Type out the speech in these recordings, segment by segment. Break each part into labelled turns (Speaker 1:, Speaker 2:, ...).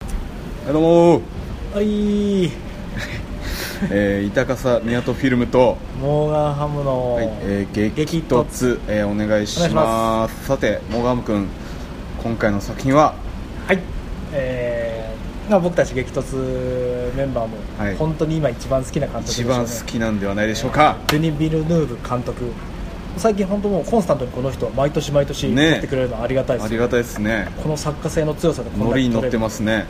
Speaker 1: はいどうもー、
Speaker 2: はい
Speaker 1: えー、板笠宮戸フィルムと、
Speaker 2: モーガンハムの、
Speaker 1: はいえー、激突、えー、お願いします
Speaker 2: お願いしま
Speaker 1: さてモガム君今回の作品は
Speaker 2: はいえーまあ、僕たち激突メンバーも、
Speaker 1: はい
Speaker 2: 本当に今一番好きな監督でし
Speaker 1: 一
Speaker 2: ょうね
Speaker 1: 番好きなんではないでしょうか、
Speaker 2: デニ・ビルヌーブ監督最近本当もうコンスタントにこの人は毎年毎年
Speaker 1: ね
Speaker 2: やってくれるのはありがたいで
Speaker 1: あ
Speaker 2: す、
Speaker 1: りがたいですね
Speaker 2: この作家性の強さでこんだけ、
Speaker 1: ノリに乗ってますすね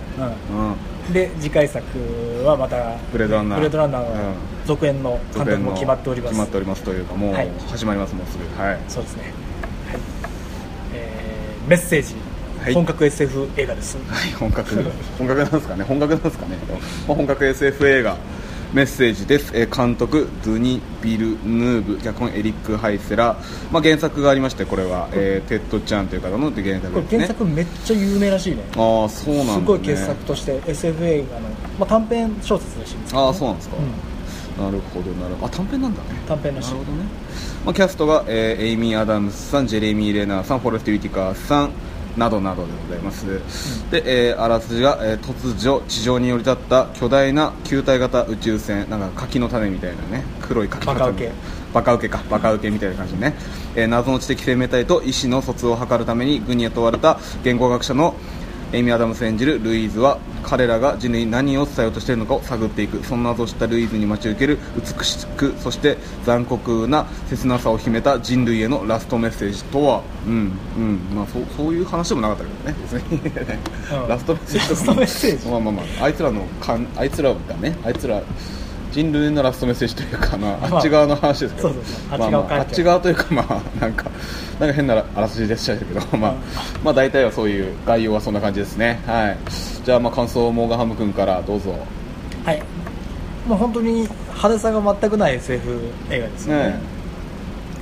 Speaker 2: うん
Speaker 1: うん
Speaker 2: で次回作はまた
Speaker 1: ブレードランナー
Speaker 2: ブレードランナ
Speaker 1: うん
Speaker 2: ーの続編の監督も決まっております
Speaker 1: 決まっておりますというかもう
Speaker 2: はい
Speaker 1: 始まりますもうすぐはい
Speaker 2: そうですね、はいえーメッセージ、
Speaker 1: はい
Speaker 2: 本格 SF 映画です
Speaker 1: はい、本格本格なんですかね本格なんですかね、まあ、本格 SF 映画メッセージです、えー監督ドゥニ・ビル・ヌーブ脚本エリック・ハイセラ、まあ、原作がありましてこれは、えーテッド・ちゃんという方の原作
Speaker 2: これ
Speaker 1: ですね
Speaker 2: 原作めっちゃ有名らしいね
Speaker 1: ああそうなんだ、ね、
Speaker 2: すごい傑作として SF 映画の、まあ、短編小説らしいんですけど、
Speaker 1: ああそうなんですか、
Speaker 2: うん
Speaker 1: なるほどなるほどあ短編なんだね
Speaker 2: 短編らしい
Speaker 1: なるほどね、まあ、キャストが、えーエイミー・アダムスさんジェレミー・レナーさんフォレスト・ウィティカーさんなどなどでございます、で、えーあらすじが、えー突如地上に降り立った巨大な球体型宇宙船なんか柿の種みたいなね黒い柿の種
Speaker 2: バカウケ
Speaker 1: バカウケかバカウケみたいな感じでね、えー謎の知的生命体と意思の疎通を図るために軍に雇われた言語学者のエイミー・アダムス演じるルイーズは彼らが人類に何を伝えようとしているのかを探っていくそんな謎を知ったルイーズに待ち受ける美しくそして残酷な切なさを秘めた人類へのラストメッセージとはうんうんまあそうそういう話でもなかったけどね別に
Speaker 2: うん
Speaker 1: ラストメッセージと
Speaker 2: ラストメッセージ
Speaker 1: まあまあまああいつらのかんあいつらがねあいつら人類のラストメッセージというかな、
Speaker 2: まあ
Speaker 1: あっち側の話ですけど
Speaker 2: そうそうそう
Speaker 1: まあま
Speaker 2: あっち側
Speaker 1: あ
Speaker 2: から
Speaker 1: あっち側というかまあなんかなんか変なあらすじでしちゃうけど、まあ
Speaker 2: うん
Speaker 1: まあ大体はそういう概要はそんな感じですねはいじゃあまあ感想をモーガンハム君からどうぞ
Speaker 2: はいもう本当に派手さが全くない SF 映画ですよね
Speaker 1: ね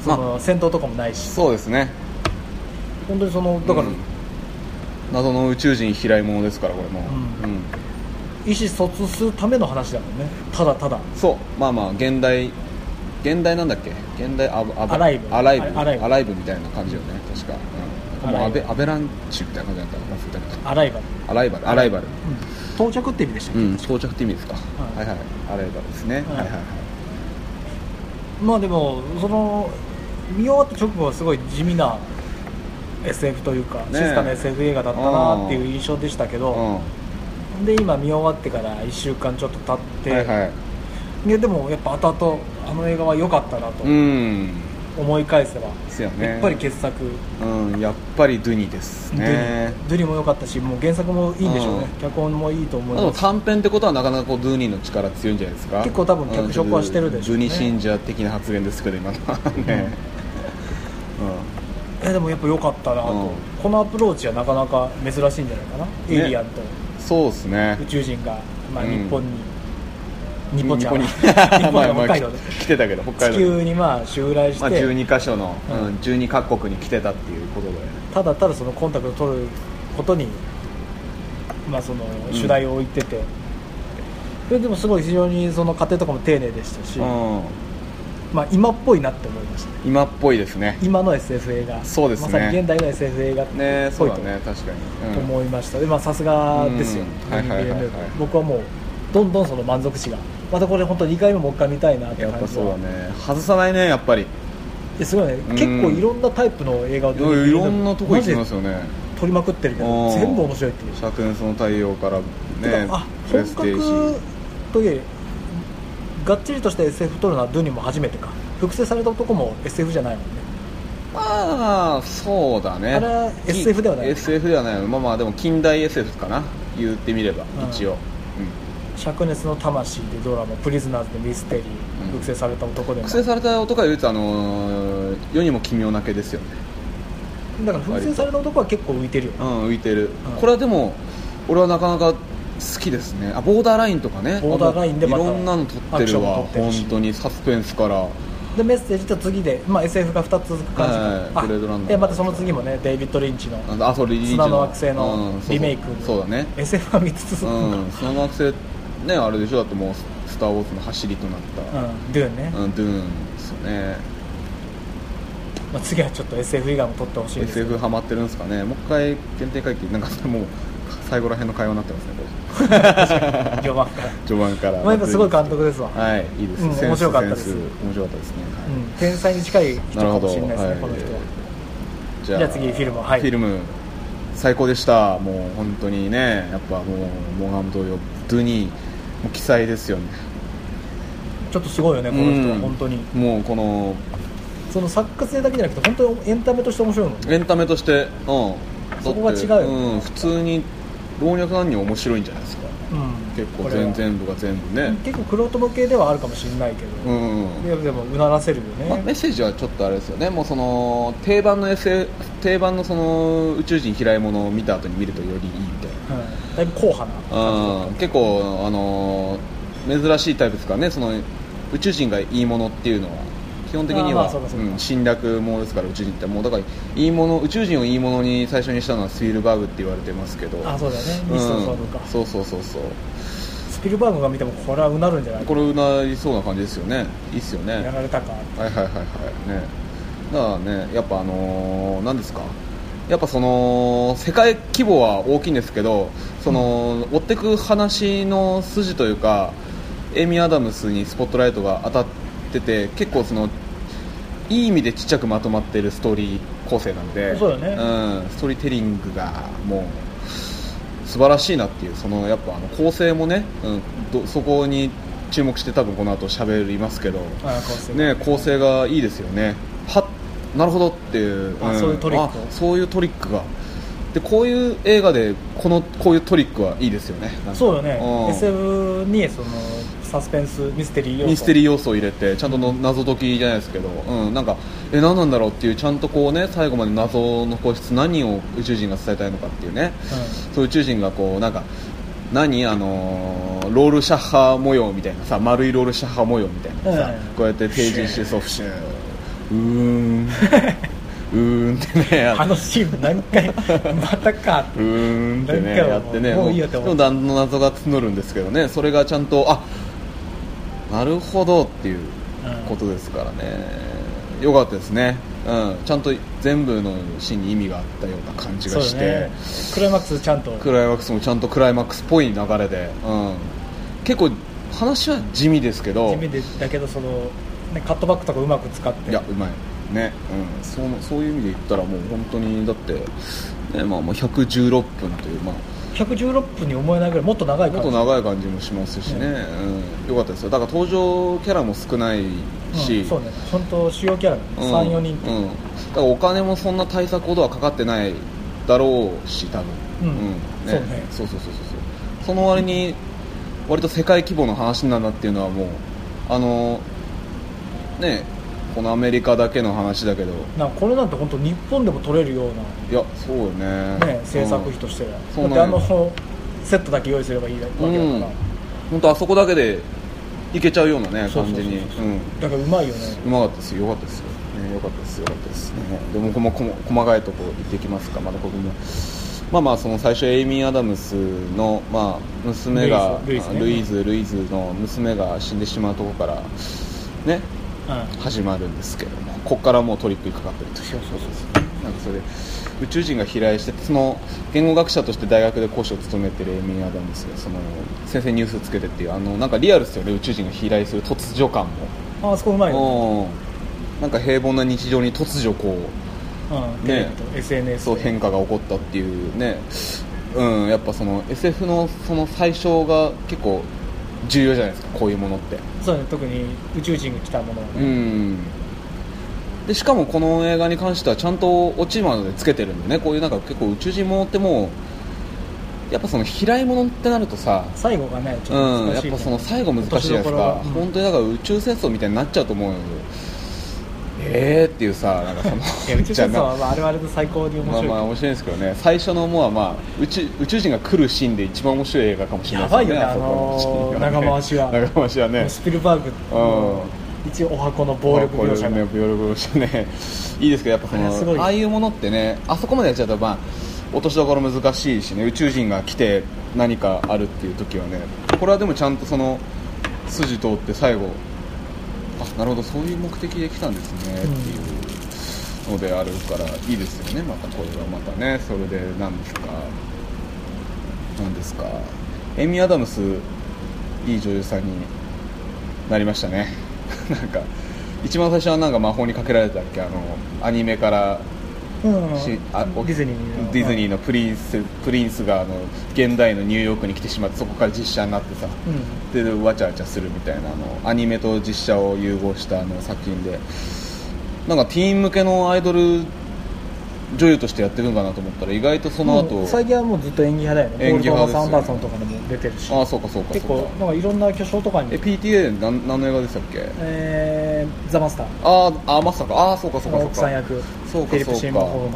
Speaker 2: その戦闘とかもないし
Speaker 1: そうですね
Speaker 2: 本当にそのだから、
Speaker 1: うん謎の宇宙人飛来者ですからこれも、
Speaker 2: う
Speaker 1: うん
Speaker 2: 意思疎通するための話だもんねただただ
Speaker 1: そうまあまあ現代現代なんだっけ現代アブアブ
Speaker 2: アライブ
Speaker 1: アライブ
Speaker 2: アライブ
Speaker 1: アライブみたいな感じよね確か、うん、
Speaker 2: ア
Speaker 1: もう
Speaker 2: ラ
Speaker 1: ア
Speaker 2: イブ
Speaker 1: ベアベランチみたいな感じだったの忘れたけど
Speaker 2: アライバル、
Speaker 1: アライバルアライバル
Speaker 2: 到着って意味でしたっ
Speaker 1: う
Speaker 2: け、
Speaker 1: ん到着って意味ですか、はい、はいアライバルですね、
Speaker 2: はい
Speaker 1: はいはいはい
Speaker 2: まあでもその見終わった直後はすごい地味な SF というか、
Speaker 1: ねえ
Speaker 2: 静かな SF 映画だったなっていう印象でしたけど、で今見終わってから1週間ちょっと経って、
Speaker 1: うん、はいはい
Speaker 2: いやでもやっぱ後々あの映画は良かったなと
Speaker 1: うん
Speaker 2: 思い返せば、
Speaker 1: ですよね
Speaker 2: やっぱり傑作、
Speaker 1: うんやっぱりドゥニです
Speaker 2: ドゥ
Speaker 1: ね
Speaker 2: リドゥリも良かったしもう原作もいいんでしょうね、
Speaker 1: うん
Speaker 2: 脚本もいいと思
Speaker 1: まあ
Speaker 2: い
Speaker 1: でも
Speaker 2: ます
Speaker 1: 短編ってことはなかなかこうドゥニの力強いんじゃないですか
Speaker 2: 結構多分脚色はしてるでしょうね
Speaker 1: ドゥニ信者的な発言ですけど今のは ね、うん
Speaker 2: えでもやっぱ良かったなと、
Speaker 1: うん
Speaker 2: このアプローチはなかなか珍しいんじゃないかな、エイリアンと
Speaker 1: そうですね
Speaker 2: 宇宙人が、まあ、
Speaker 1: うん
Speaker 2: 日本に、日本ちゃん
Speaker 1: に
Speaker 2: 日本
Speaker 1: まあ
Speaker 2: が
Speaker 1: まあ
Speaker 2: 北海道で
Speaker 1: き来てたけど北
Speaker 2: 地
Speaker 1: 海道
Speaker 2: 球
Speaker 1: に
Speaker 2: にまあ襲来して、
Speaker 1: まあ12カ所の
Speaker 2: うん
Speaker 1: うん12カ国に来てたっていうことで
Speaker 2: ただただそのコンタクトを取ることに、まあ、その
Speaker 1: ん
Speaker 2: 主題を置いてて、それでもすごい非常にその家庭とかも丁寧でしたし、
Speaker 1: う
Speaker 2: まあ、今っぽいなって思いましたね
Speaker 1: ん今っぽいですね
Speaker 2: 今の SF 映画
Speaker 1: そうですね
Speaker 2: まさに現代の SF 映画っ
Speaker 1: ねそ
Speaker 2: ぽ
Speaker 1: う
Speaker 2: い
Speaker 1: だ
Speaker 2: と
Speaker 1: ね確かにうん
Speaker 2: 思いましたでまあさすがですよ、
Speaker 1: うん
Speaker 2: ドニー
Speaker 1: はいはいはいはい
Speaker 2: ビルヌーブ僕はもうどんどんその満足しがまたこれ本当2回目もう一回見たいなって
Speaker 1: や
Speaker 2: 感
Speaker 1: っぱ
Speaker 2: じ
Speaker 1: そ
Speaker 2: は
Speaker 1: うだね外さないねやっぱり
Speaker 2: いやすごいね、結構いろんなタイプの映画を
Speaker 1: いろいろんなとこ行きます
Speaker 2: よ
Speaker 1: よね
Speaker 2: 撮りまくってるけ
Speaker 1: う
Speaker 2: ど
Speaker 1: ん
Speaker 2: 全部面白いっていう
Speaker 1: シャクンソの太陽から
Speaker 2: て
Speaker 1: ね
Speaker 2: かあ
Speaker 1: プレ
Speaker 2: 本
Speaker 1: ステー
Speaker 2: 格
Speaker 1: ジ
Speaker 2: というよりがっちりとした SF 撮るのはドゥニも初めてか複製された男も SF じゃないもんね
Speaker 1: まあそうだね
Speaker 2: あれは SF ではない
Speaker 1: SF ではないまあまあでも近代 SF かな言ってみれば
Speaker 2: うん
Speaker 1: 一応うん
Speaker 2: 灼熱の魂でドラマ「プリズナーズ」でミステリ
Speaker 1: うん
Speaker 2: ー複製された男でも
Speaker 1: 複製された男は唯一あのー世にも奇妙な系ですよね
Speaker 2: だから複製された男は結構浮いてるよね
Speaker 1: うん浮いてる、
Speaker 2: うん
Speaker 1: これはでも俺はなかなか好きですねあボーダーラインとかね
Speaker 2: ボーダーラインで
Speaker 1: い
Speaker 2: また
Speaker 1: ろんなの撮ってるわ
Speaker 2: アクションも撮ってるし
Speaker 1: 本当にサスペンスから
Speaker 2: でメッセージと次で、まあ、SF が2つ続く感じ
Speaker 1: はい
Speaker 2: か、あ
Speaker 1: ブレードランナー
Speaker 2: でまたその次もねデイビッド・リンチの
Speaker 1: あそうリリージ
Speaker 2: 砂の惑星の
Speaker 1: うんそうそう
Speaker 2: リメイク
Speaker 1: そうだね
Speaker 2: SF が3つ
Speaker 1: う
Speaker 2: 続く
Speaker 1: ん砂の惑星ねあれでしょだってもう「スター・ウォーズ」の走りとなっ
Speaker 2: うん、うん、ドゥーンね、
Speaker 1: た、うんドゥーンですよね
Speaker 2: まあ、次はちょっと SF 以外も撮ってほしいですけど
Speaker 1: SF ハマってるんですかねもう一回限定会期なんかもう最後ら辺の会話になってますねこれ
Speaker 2: 序盤から
Speaker 1: 序盤から
Speaker 2: まあやっぱすごい監督ですわ
Speaker 1: はいいいです、
Speaker 2: うん
Speaker 1: センス
Speaker 2: 面白かったです
Speaker 1: センス面白かったですね、はい
Speaker 2: うん天才に近い人
Speaker 1: なる
Speaker 2: か
Speaker 1: ほ
Speaker 2: も
Speaker 1: ど
Speaker 2: しれないですね
Speaker 1: はい
Speaker 2: この人は
Speaker 1: じ
Speaker 2: じゃあ次フィルムはい
Speaker 1: フィルム最高でしたもう本当にねやっぱもうモハムド・ヨドゥニーもう奇才ですよね
Speaker 2: ちょっとすごいよねこの人は本当に
Speaker 1: うんもうこの
Speaker 2: その作家性だけじゃなくて本当にエンタメとして面白いもんね
Speaker 1: エンタメとしてうん
Speaker 2: そこが違う
Speaker 1: だ
Speaker 2: よ
Speaker 1: ってうん、普通に老若男女面白いんじゃないですか
Speaker 2: うん
Speaker 1: 結構
Speaker 2: これは
Speaker 1: 全全部が全部ね
Speaker 2: 結構クロート向けではあるかもしれないけ
Speaker 1: う
Speaker 2: ど、
Speaker 1: んうんうん
Speaker 2: いやでもうならせるよ
Speaker 1: まあメ
Speaker 2: ね
Speaker 1: ッセージはちょっとあれですよね、もうその定番の SF 定番のその宇宙人嫌いものを見た後に見るとよりいいみたいな
Speaker 2: うんだいぶ硬派な
Speaker 1: うん結構、あのー珍しいタイプですからねその宇宙人がいいものっていうのは基本的に
Speaker 2: あーまあ
Speaker 1: は
Speaker 2: そうかそう
Speaker 1: う
Speaker 2: か
Speaker 1: ん侵略ものですから宇宙人ってもうだからいいもの宇宙人をいいものに最初にしたのはスピルバーグって言われてますけど
Speaker 2: あそうだよね
Speaker 1: う
Speaker 2: ミ
Speaker 1: ん
Speaker 2: スターソードか、
Speaker 1: そうそうそうそう
Speaker 2: スピルバーグが見てもこれはうなるんじゃない
Speaker 1: これうなりそうな感じですよねいいっすよね
Speaker 2: やられたか
Speaker 1: はいはいはいはいねだからねやっぱあのー何ですかやっぱその世界規模は大きいんですけどその、追ってく話の筋というかエイミー・アダムスにスポットライトが当たってて結構そのいい意味でちっちゃくまとまってるストーリー構成なんで
Speaker 2: そうだね
Speaker 1: うん、ストーリーテリングがもう素晴らしいなっていうそのやっぱあの構成もね、うん、どそこに注目して多分この後喋りますけど、
Speaker 2: あこうする
Speaker 1: ね、構成がいいですよねはっなるほどっていう、
Speaker 2: あそういうトリックを
Speaker 1: あそういうトリックがでこういう映画でこのこういうトリックはいいですよねなんか
Speaker 2: そうよね、
Speaker 1: うん
Speaker 2: SF にそのサスペンスミステリー要素
Speaker 1: ミステリー要素を入れてちゃんとの謎解きじゃないですけど、うん、なんかえ何なんだろうっていうちゃんとこうね最後まで謎の個室何を宇宙人が伝えたいのかっていうねそう宇宙人がこうなんか何あのーロールシャッハ模様みたいなさ丸いロールシャッハ模様みたいなさ、
Speaker 2: うん
Speaker 1: こうやって提示してそうフ シューうーんうーんってねや
Speaker 2: うん、あのシーン何回 またか
Speaker 1: うーんってね
Speaker 2: なんか
Speaker 1: やってね
Speaker 2: もういいやって
Speaker 1: で
Speaker 2: 思う
Speaker 1: もだんだん謎が募るんですけどねそれがちゃんとあなるほどっていうことですからね、よかったですね、うん、ちゃんと全部のシーンに意味があったような感じ
Speaker 2: そう
Speaker 1: が
Speaker 2: だ
Speaker 1: して、
Speaker 2: ねクライマックスちゃんと
Speaker 1: クライマックスもちゃんとクライマックスっぽい流れで、うん、結構話は地味ですけど
Speaker 2: 地味でだけどその、ね、カットバックとかうまく使って
Speaker 1: いやうまいね、うん、そうそういう意味で言ったらもう本当にだって、ねまあ、もう116分という、まあ、
Speaker 2: 116分に思えないぐらいもっと長い
Speaker 1: も
Speaker 2: か
Speaker 1: っと
Speaker 2: ら
Speaker 1: 長い感じもしますしね、うん、よかったですよだから登場キャラも少ないし、
Speaker 2: うん、そうね本当主要キャラ、
Speaker 1: うん
Speaker 2: 34人って、
Speaker 1: うん、だからお金もそんな対策ほどはかかってないだろうし多分、
Speaker 2: うんそうね
Speaker 1: そうそうそうそうそうその割に割と世界規模の話なんだっていうのはもうあのねこのアメリカだけの話だけど
Speaker 2: なんかこれなんて本当日本でも取れるよう
Speaker 1: いやそうよね
Speaker 2: な、ね、制作
Speaker 1: うん
Speaker 2: 費としては、
Speaker 1: そう
Speaker 2: だ
Speaker 1: な
Speaker 2: っ
Speaker 1: ん
Speaker 2: て
Speaker 1: よ
Speaker 2: あのセットだけ用意すればいいわけだか
Speaker 1: う
Speaker 2: ら、
Speaker 1: ん本当あそこだけでいけちゃうようなね
Speaker 2: そうそ
Speaker 1: 感
Speaker 2: うそうそう
Speaker 1: じにうん
Speaker 2: だからうまいよね
Speaker 1: うまかったですよ、よかったですよ、ね、よかったですよ、よかったです、ね、でもこもこも細かいとこ行ってきますか、まだここも、まあまあ、その最初、エイミー・アダムスの、まあ、娘が
Speaker 2: ルイズ
Speaker 1: あ
Speaker 2: ル
Speaker 1: ル
Speaker 2: イ
Speaker 1: イ
Speaker 2: ズ
Speaker 1: ズ、ルイズの娘が死んでしまうとこから、ね、
Speaker 2: うん
Speaker 1: 始まるんですけども、ここからもうトリックにかかってるという、
Speaker 2: そうそうそう
Speaker 1: なんかそれで、宇宙人が飛来して、その言語学者として大学で講師を務めてるエイミー・アダムスが、その先生、ニュースつけてっていう、あのなんかリアルですよね、宇宙人が飛来する突如感も。
Speaker 2: ああそこうまいよ、ね
Speaker 1: うん、なんか平凡な日常に突如こう
Speaker 2: う
Speaker 1: ね
Speaker 2: ん、テレビと SNS
Speaker 1: そう変化が起こったっていうね、うん、やっぱその SF のその最初が結構重要じゃないですかこういうものって、
Speaker 2: そうね特に宇宙人が来たものを
Speaker 1: う
Speaker 2: ね、
Speaker 1: ん、でしかもこの映画に関してはちゃんと落ちまでつけてるんでねこういうなんか結構宇宙人ものってもうやっぱその飛来物ってなるとさ
Speaker 2: 最後がねちょっと
Speaker 1: うん、
Speaker 2: 難
Speaker 1: やっ
Speaker 2: しい、ね
Speaker 1: ぱその最後難しいじゃないです
Speaker 2: 落としどころが
Speaker 1: か、
Speaker 2: うん
Speaker 1: 本当にだから宇宙戦争みたいになっちゃうと思うよえーっていうさなんかその
Speaker 2: いや宇宙戦争
Speaker 1: じゃあ
Speaker 2: はまああれはあれで最高に面
Speaker 1: まあ
Speaker 2: 白いけど、
Speaker 1: まあ面白いんですけどね最初のもはまあ宇宙宇宙人が来るシーンで一番面白い映画かもしれないです
Speaker 2: やばいよね
Speaker 1: あそこ
Speaker 2: あのー長回しは
Speaker 1: 長回しはね
Speaker 2: スピルバーグの一応お箱の暴力描写が、
Speaker 1: ね暴力描写ねいいですけどやっぱそ
Speaker 2: あれはすごい
Speaker 1: のああいうものってねあそこまでやっちゃうとまあ落としどころ難しいしね宇宙人が来て何かあるっていう時はねこれはでもちゃんとその筋通って最後あなるほどそういう目的で来たんですねっていうのであるからいいですよねまたこれはまたねそれでなんですかなんですかエミ・アダムスいい女優さんになりましたね なんか一番最初はなんか魔法にかけられたっけあのアニメから
Speaker 2: うん
Speaker 1: し
Speaker 2: あ
Speaker 1: あお
Speaker 2: ディズニーの
Speaker 1: ディズニーのプリンスプリンスがあの現代のニューヨークに来てしまってそこから実写になってさ
Speaker 2: うん
Speaker 1: でわちゃわちゃするみたいなあのアニメと実写を融合したあの作品でなんかティーン向けのアイドル女優としてやってるんかなと思ったら意外とその後、
Speaker 2: もう最近はもうずっと演技派だよね
Speaker 1: 演技
Speaker 2: ポール・
Speaker 1: 派
Speaker 2: トーマス・ア
Speaker 1: ですよね
Speaker 2: ンダーソンとかでも出てるし
Speaker 1: ああそうかそうかそう
Speaker 2: 結
Speaker 1: か
Speaker 2: 構なんかいろんな巨匠とか
Speaker 1: え
Speaker 2: に
Speaker 1: PTA 何何の映画でしたっけ
Speaker 2: えーザ・マスター
Speaker 1: あーあーまさかああそうかそうかそう
Speaker 2: 奥さん
Speaker 1: か
Speaker 2: 役
Speaker 1: そうか
Speaker 2: フィリッ
Speaker 1: そう
Speaker 2: プ・
Speaker 1: か
Speaker 2: シーマン・ホー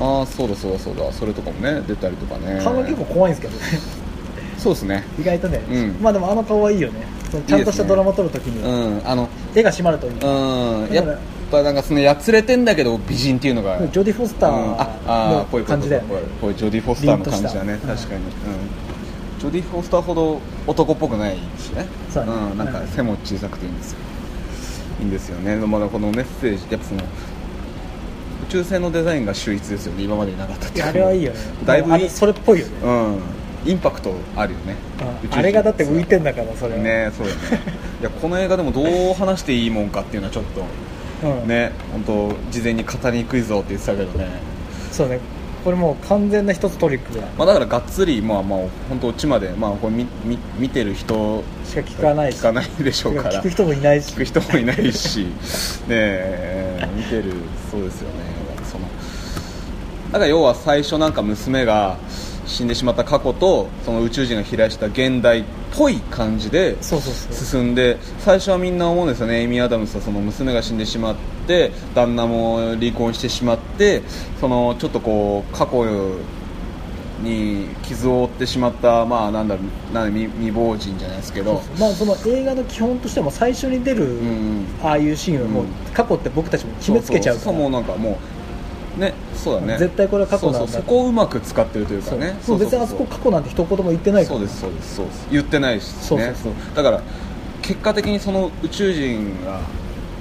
Speaker 2: マン
Speaker 1: ああそうだそうだそうだそれとかもね出たりとかね
Speaker 2: の顔が結構怖いんですけどね
Speaker 1: そうですね
Speaker 2: 意外とね、
Speaker 1: うん
Speaker 2: まあでもあの顔はいいよねそのちゃんとしたドラマ撮るとき
Speaker 1: う
Speaker 2: に
Speaker 1: んあの
Speaker 2: 絵が締まるといい、
Speaker 1: うん
Speaker 2: だ
Speaker 1: や
Speaker 2: から
Speaker 1: っぱなんかそのやつれてんだけど美人っていうのが
Speaker 2: ジョディ・フォスタ
Speaker 1: うんああーぽいぽ
Speaker 2: ーの
Speaker 1: い
Speaker 2: 感
Speaker 1: ぽ
Speaker 2: じ
Speaker 1: い
Speaker 2: だよ
Speaker 1: ぽい
Speaker 2: ね
Speaker 1: ぽいジョディ・フォスターの感じだね
Speaker 2: 凛とした
Speaker 1: 確かに、うんジョディ・フォスターほど男っぽくないしね
Speaker 2: そうだね
Speaker 1: ん、なんか背も小さくていいんですよいいんですよねまだこのメッセージやっぱその宇宙船のデザインが秀逸ですよね今までになかったっていう
Speaker 2: いやあれはいいよね
Speaker 1: だいぶいい
Speaker 2: あれそれっぽいよね
Speaker 1: うんインパクトあるよね宇宙
Speaker 2: あ
Speaker 1: 人
Speaker 2: あれがだって浮いてんだからそれは
Speaker 1: ねそうだね いやこの映画でもどう話していいもんかっていうのはちょっと
Speaker 2: うん、
Speaker 1: ね本当事前に語りにくいぞって言ってたけどね、
Speaker 2: そうねこれもう完全な一つトリックが
Speaker 1: まあ、だからがっつりまあまあ本当オチまでまあこれ見見見てる人
Speaker 2: しか聞かないし
Speaker 1: 聞かないでしょうから
Speaker 2: 聞く人もいないし
Speaker 1: 聞く人もいない しねえ見てるそうですよねそのだから要は最初なんか娘が死んでしまった過去とその宇宙人が飛来した現代っぽい感じで
Speaker 2: そうそうそう
Speaker 1: 進んで最初はみんな思うんですよねエイミー・アダムスはその娘が死んでしまって旦那も離婚してしまってそのちょっとこう過去に傷を負ってしまった、まあ、なんだろうなんだ未未亡人じゃないですけど
Speaker 2: そうそうまあその映画の基本としても最初に出る、
Speaker 1: ん
Speaker 2: ああいうシーンはもう、
Speaker 1: うん
Speaker 2: 過去って僕たちも決めつけちゃうか
Speaker 1: そ
Speaker 2: ら
Speaker 1: うそうそうもうなんかもうねそうだね
Speaker 2: 絶対これは過去なんだ
Speaker 1: そうそうそこをうまく使ってるというか
Speaker 2: そう
Speaker 1: ね
Speaker 2: もう別にあそこ過去なんて一言も言ってないか
Speaker 1: そ
Speaker 2: ら
Speaker 1: うですそうですそうです言ってないしね
Speaker 2: そうそうそう
Speaker 1: だから結果的にその宇宙人が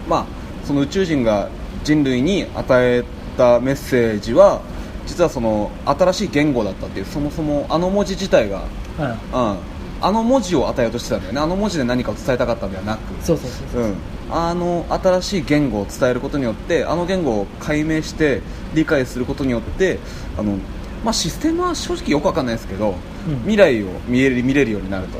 Speaker 1: まあその宇宙人が人類に与えたメッセージは実はその新しい言語だったっていうそもそもあの文字自体が、
Speaker 2: うん
Speaker 1: うん、あの文字を与えようとしてたんだよねあの文字で何かを伝えたかったんではなく
Speaker 2: そうそうそうそう
Speaker 1: うん、あの新しい言語を伝えることによってあの言語を解明して理解することによってあの、まあ、システムは正直よくわかんないですけど、
Speaker 2: うん
Speaker 1: 未来を見える見れるようになると、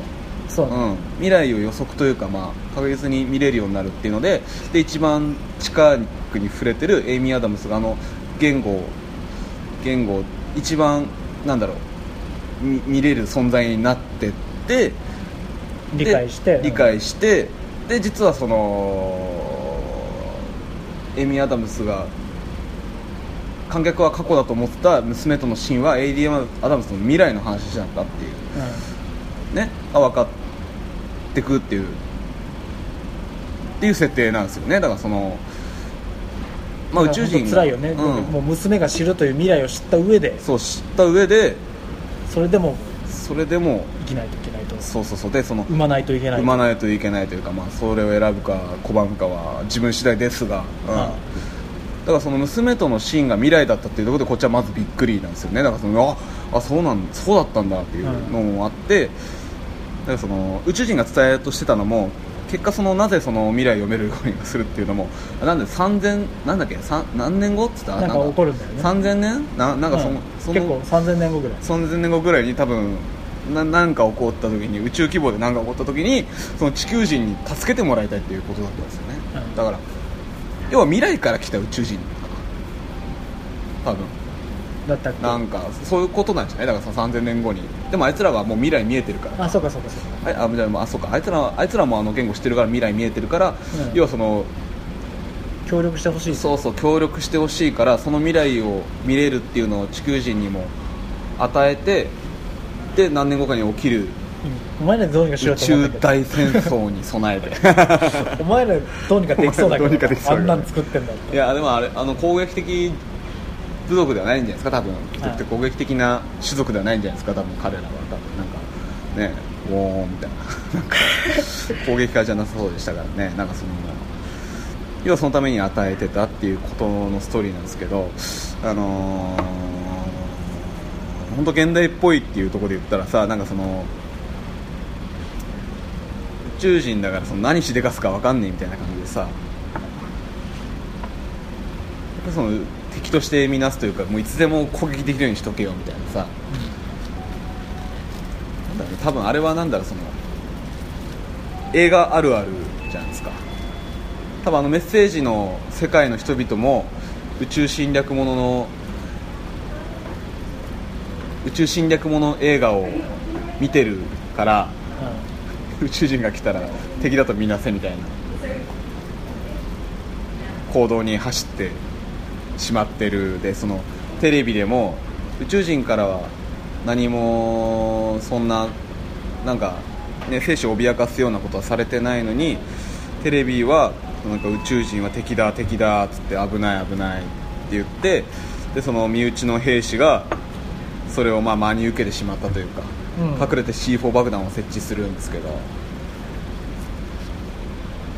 Speaker 2: そうね
Speaker 1: うん、未来を予測というか、まあ、確実に見れるようになるっていうのでで一番近くに触れてるエイミー・アダムスがあの言語を言語を一番なんだろうみ見れる存在になってって
Speaker 2: 理解して
Speaker 1: で理解してで実はそのエミ・アダムスが観客は過去だと思ってた娘とのシーンはエイディ・アダムスの未来の話だったっていう
Speaker 2: うん
Speaker 1: ねあ分かってくっていうっていう設定なんですよねだからそのまあ宇宙人が
Speaker 2: 本当辛いよね、
Speaker 1: うん
Speaker 2: もう娘が知るという未来を知った上で
Speaker 1: そう知った上で
Speaker 2: それでも
Speaker 1: それでも
Speaker 2: 生きないといけないと
Speaker 1: そうそうそうでその
Speaker 2: 産まないといけない
Speaker 1: 産まないといけないというか、まあ、それを選ぶか拒むかは自分次第ですが、うん
Speaker 2: ああ
Speaker 1: だからその娘とのシーンが未来だったっていうところでこっちはまずびっくりなんですよねだからそのああそうなんそうだったんだっていうのもあって、だからその宇宙人が伝えようとしてたのも結果そのなぜその未来を読めるようにするっていうのもなんで3000なんだっけさん何年後って言った
Speaker 2: なんか起こるんだよね
Speaker 1: 3000年ななんかその,、
Speaker 2: うん
Speaker 1: その
Speaker 2: 結構3000年後ぐらい
Speaker 1: 3000年後ぐらいに多分ななんか起こった時に宇宙規模で何か起こった時にその地球人に助けてもらいたいっていうことだったんですよね、
Speaker 2: うん
Speaker 1: だから要は未来から来た宇宙人多分
Speaker 2: だったっけ
Speaker 1: なんかそういうことなんじゃないだからさ3000年後にでもあいつらはもう未来見えてるから
Speaker 2: あそうかそうかそうか
Speaker 1: はい、あじゃああそうかあいつらあいつらもあの言語してるから未来見えてるから、
Speaker 2: うん
Speaker 1: 要はその
Speaker 2: 協力してほしい
Speaker 1: そうそう協力してほしいからその未来を見れるっていうのを地球人にも与えてで何年後かに起きる
Speaker 2: うんお前らどうにかしろ
Speaker 1: 宇
Speaker 2: と思
Speaker 1: 宙
Speaker 2: ったけ
Speaker 1: 大戦争に備えて
Speaker 2: どお前らどうにかできそうだ
Speaker 1: お前らどうにか
Speaker 2: け
Speaker 1: でき
Speaker 2: ど
Speaker 1: そ
Speaker 2: あ
Speaker 1: うだけ
Speaker 2: ん
Speaker 1: ど
Speaker 2: なん作ってんだって
Speaker 1: いやでもあれあの攻撃的部族ではないんじゃないですか多分、
Speaker 2: い
Speaker 1: 攻撃的な種族ではないんじゃないですか多分彼らは多分なんかねウォーンみたいな なんか攻撃家じゃなさそうでしたからねなんかその要はそのために与えてたっていうことのストーリーなんですけどあのー本当現代っぽいっていうところで言ったらさなんかその宇宙人だからその何しでかすかわかんねえみたいな感じでさやっぱその敵として見なすというかもういつでも攻撃できるようにしとけよみたいなさ、なんだろうね多分あれはなんだろうその映画あるあるじゃないですか多分あのメッセージの世界の人々も宇宙侵略ものの宇宙侵略もの映画を見てるから宇宙人が来たら敵だと見なせみたいな行動に走ってしまってるでそのテレビでも宇宙人からは何もそんななんか、ね、生死を脅かすようなことはされてないのにテレビはなんか宇宙人は敵だ敵だっつって危ない危ないって言ってでその身内の兵士がそれをまあ真に受けてしまったというか、
Speaker 2: うん
Speaker 1: 隠れて C4 爆弾を設置するんですけど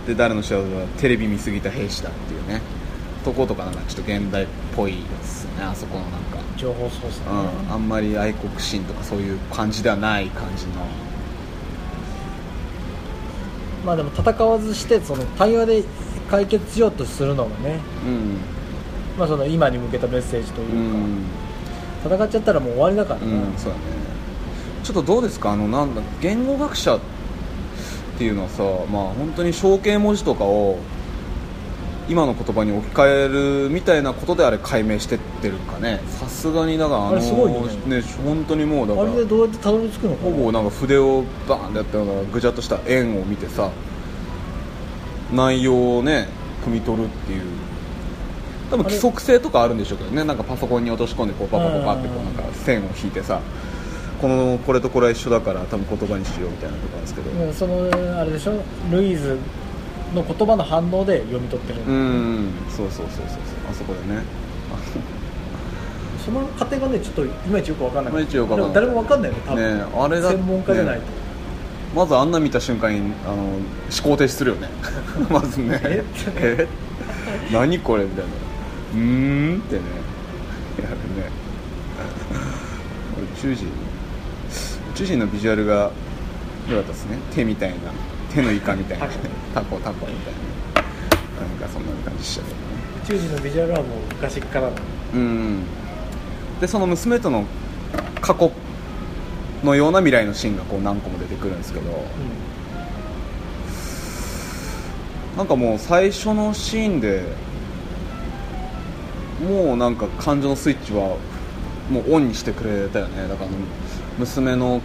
Speaker 1: で誰の仕業だテレビ見すぎた兵士だっていうねとことかなんかちょっと現代っぽいですねあそこのなんか、
Speaker 2: 情報操作、
Speaker 1: うん、あんまり愛国心とかそういう感じではない感じの
Speaker 2: まあでも戦わずしてその対話で解決しようとするのがね、
Speaker 1: うん
Speaker 2: まあ、その今に向けたメッセージという
Speaker 1: うん、
Speaker 2: か、戦っちゃったらもう終わりだから
Speaker 1: う
Speaker 2: な、
Speaker 1: ん、そうだねちょっとどうですかあのなんだ言語学者っていうのはさまあ本当に象形文字とかを今の言葉に置き換えるみたいなことであれ解明してってるかねさすがにだからあの
Speaker 2: あれすごいよね
Speaker 1: 本当にもうだか
Speaker 2: あ
Speaker 1: ら
Speaker 2: れでどうやってたどり着くのかな
Speaker 1: ほぼなんか筆をバーンってやったようなぐちゃっとした円を見てさ内容をね汲み取るっていう多分規則性とかあるんでしょうけどねなんかパソコンに落とし込んでこうパパパパってこ
Speaker 2: う
Speaker 1: うんなんか線を引いてさこのこれとこれは一緒だから多分言葉にしようみたいなとこなんですけど
Speaker 2: うんそのあれでしょルイーズの言葉の反応で読み取ってる、
Speaker 1: うんそうそうそうそうそうあそこでね
Speaker 2: その過程がねちょっといまいちよく分かんない
Speaker 1: いまいちよくわかんない
Speaker 2: 誰も分かんないよね多分
Speaker 1: ねえあれだ
Speaker 2: 専門家じゃないと、
Speaker 1: ねまずあんな見た瞬間にあの思考停止するよね まずね
Speaker 2: え
Speaker 1: え何これみたいなうーんってねやるね宇宙人宇宙人のビジュアルが良かったですね手みたいな手のイカみたいな
Speaker 2: タコ
Speaker 1: タコタコみたいななんかそんな感じしちゃうよね
Speaker 2: 宇宙人のビジュアルはもう昔からの
Speaker 1: うんでその娘との過去のような未来のシーンがこう何個も出てくるんですけど、
Speaker 2: う
Speaker 1: なんかもう最初のシーンでもうなんか感情のスイッチはもうオンにしてくれたよねだからあの娘の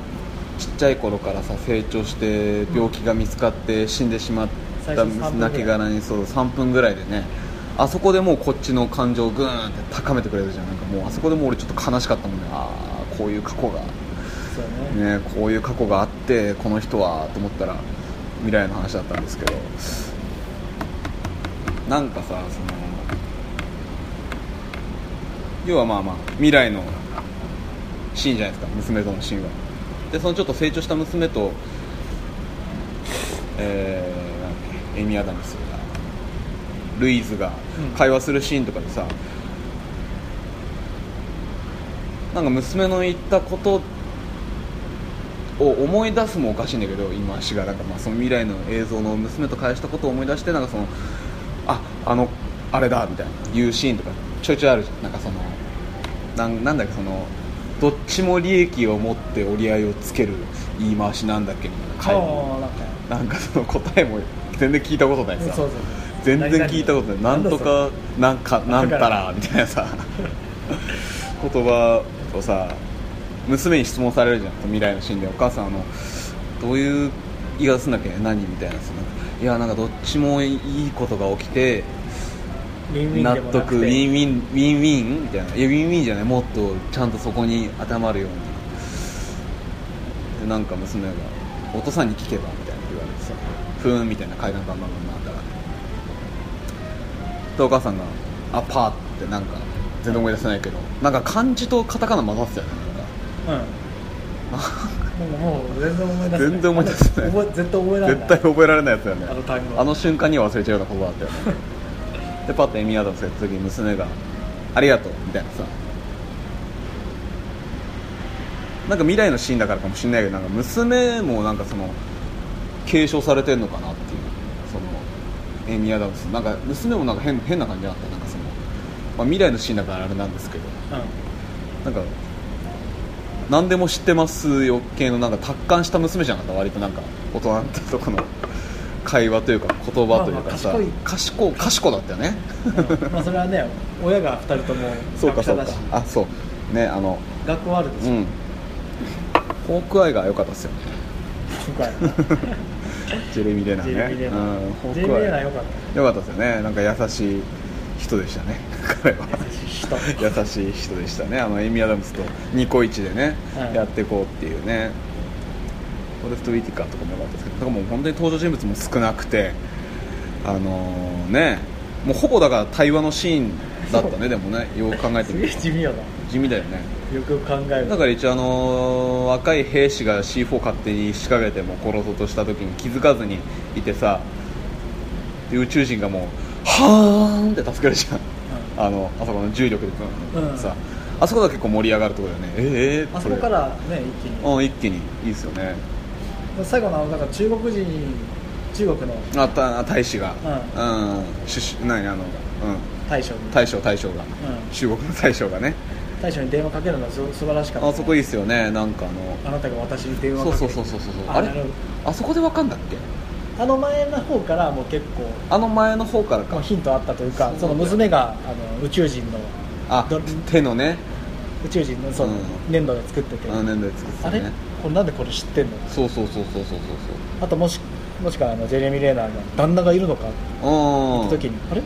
Speaker 1: ちっちゃい頃からさ成長して病気が見つかって死んでしまっ
Speaker 2: 最
Speaker 1: た
Speaker 2: 初の3分ぐらい
Speaker 1: 亡きにそう3分ぐらいでねあそこでもうこっちの感情をグーンって高めてくれるじゃんなんかもうあそこでもう俺ちょっと悲しかったもんねああこういう過去が
Speaker 2: んそうね
Speaker 1: ね、こういう過去があってこの人はと思ったら未来の話だったんですけどなんかさその要はまあまあ未来のシーンじゃないですか娘とのシーンはでそのちょっと成長した娘とえーなんだっけエイミー・アダムスがルイーズが
Speaker 2: うん
Speaker 1: 会話するシーンとかでさ、なんか娘の言ったことを思い出すもおかしいんだけど今足がなんかまあその未来の映像の娘と会話したことを思い出してなんかそのああのあれだみたいないうシーンとかちょいちょいあるじゃんなんかそのなんなんだっけそのどっちも利益を持って折り合いをつける言い回しなんだっけみたいな会
Speaker 2: ああなんか
Speaker 1: なんかその答えも全然聞いたことない
Speaker 2: そう
Speaker 1: さ
Speaker 2: そう
Speaker 1: 全然聞いたことないなんとかなんかなんたらみたいなさ言葉をさ娘に質問されるじゃん未来のシーンでお母さんあのどういう言い方するんだっけ何みたいなそのいやなんかどっちもいいことが起きて
Speaker 2: ウィンウィン
Speaker 1: 納
Speaker 2: でもなく
Speaker 1: 得
Speaker 2: て
Speaker 1: ウィンウィンウィンウィンみたいないやウィンウィンじゃないもっとちゃんとそこに当てはまるようにでなんか娘が「お父さんに聞けば」みたいな言われてさ「ふーん」みたいな階段がバンバンバンバンあったらでお母さんが「あパー」ってなんか全然思い出せないけどなんか漢字とカタカナ混ざってたよね
Speaker 2: うんもうもう全然思い出せない
Speaker 1: 全然思い出せない
Speaker 2: 覚え絶対覚えら
Speaker 1: なんか
Speaker 2: れない
Speaker 1: 絶対覚えられないやつだよね
Speaker 2: あの単語
Speaker 1: あの瞬間には忘れちゃうようなことだったよね でパッとエミアダムスがやった時に娘が「ありがとう」みたいなさなんか未来のシーンだからかもしれないけどなんか娘もなんかその継承されてるのかなっていうそのエイミー・アダムスなんか娘もなんか変変な感じだったなんかその、まあ、未来のシーンだからあれなんですけどなんか何でも知ってますよ系のなんか達観した娘じゃなかった割となんか大人ってとこの会話というか言葉というかさ、
Speaker 2: まあまあ
Speaker 1: 賢い賢だったよね
Speaker 2: うんまあそれはね親が2人とも
Speaker 1: そうか
Speaker 2: 学
Speaker 1: そ
Speaker 2: 者
Speaker 1: う
Speaker 2: だ
Speaker 1: か
Speaker 2: し
Speaker 1: あそうねあの
Speaker 2: 学校あるで
Speaker 1: う
Speaker 2: しょ、
Speaker 1: んフォークアイが良かったですよね
Speaker 2: 今回の
Speaker 1: ジェレミー・レナー
Speaker 2: ジ
Speaker 1: ね
Speaker 2: ェレミー・レナー
Speaker 1: うん、フォ
Speaker 2: ジ
Speaker 1: ー
Speaker 2: ェレ
Speaker 1: ク
Speaker 2: ミー・
Speaker 1: アイ
Speaker 2: レナーよかっ
Speaker 1: 良かったですよねなんか優しい人でしたね彼は
Speaker 2: た優しい人
Speaker 1: 優しい人でしたねあのエイミー・アダムスとニコイチでね、
Speaker 2: はい
Speaker 1: やっていこうっていうねウォルフト・ウィティカーとかも良かったですけどだからもう本当に登場人物も少なくてあのーねもうほぼだから対話のシーンだったねでもねよく考えて
Speaker 2: す
Speaker 1: み
Speaker 2: げえ
Speaker 1: る
Speaker 2: 地味よな
Speaker 1: 地味だよね
Speaker 2: よく考える
Speaker 1: だ
Speaker 2: と
Speaker 1: から一応あのー若い兵士が C4 勝手に仕掛けても殺そうとした時に気づかずにいてさで宇宙人がもう「はーん!」って助けるじゃんあのあそこの重力でブーンってさ、あそこが結構盛り上がるところだよねええー、
Speaker 2: あそこからね一気に
Speaker 1: うん一気にいいですよね
Speaker 2: 最後のあのだから中国人中国の
Speaker 1: あた大使が
Speaker 2: う
Speaker 1: うん、しし何あの、うん、
Speaker 2: 大将に
Speaker 1: 大将大将が、
Speaker 2: うん
Speaker 1: 中国の大将がね
Speaker 2: 大将に電話かけるのはす素晴らしかったね
Speaker 1: あそこいいですよねなんかあの
Speaker 2: あなたが私に電話
Speaker 1: そう
Speaker 2: かけ
Speaker 1: そう
Speaker 2: て
Speaker 1: そうそうそう
Speaker 2: あ
Speaker 1: あれ
Speaker 2: なるほど
Speaker 1: あそこでわかんだっけ
Speaker 2: あの前の方からもう結構
Speaker 1: あの前の方からか
Speaker 2: もうヒントあったというか
Speaker 1: そう
Speaker 2: その娘があの宇宙人の
Speaker 1: あ
Speaker 2: ど
Speaker 1: 手のね
Speaker 2: 宇宙人のその
Speaker 1: うん
Speaker 2: 粘土で作ってて、
Speaker 1: あの年代作って
Speaker 2: あ
Speaker 1: た
Speaker 2: れ
Speaker 1: ね
Speaker 2: これなんでこれ知ってんの
Speaker 1: そうそうそうそうそう
Speaker 2: あともしもしくはあのジェレミー・レーナーが旦那がいるのかって
Speaker 1: そううん
Speaker 2: 時に、あれ、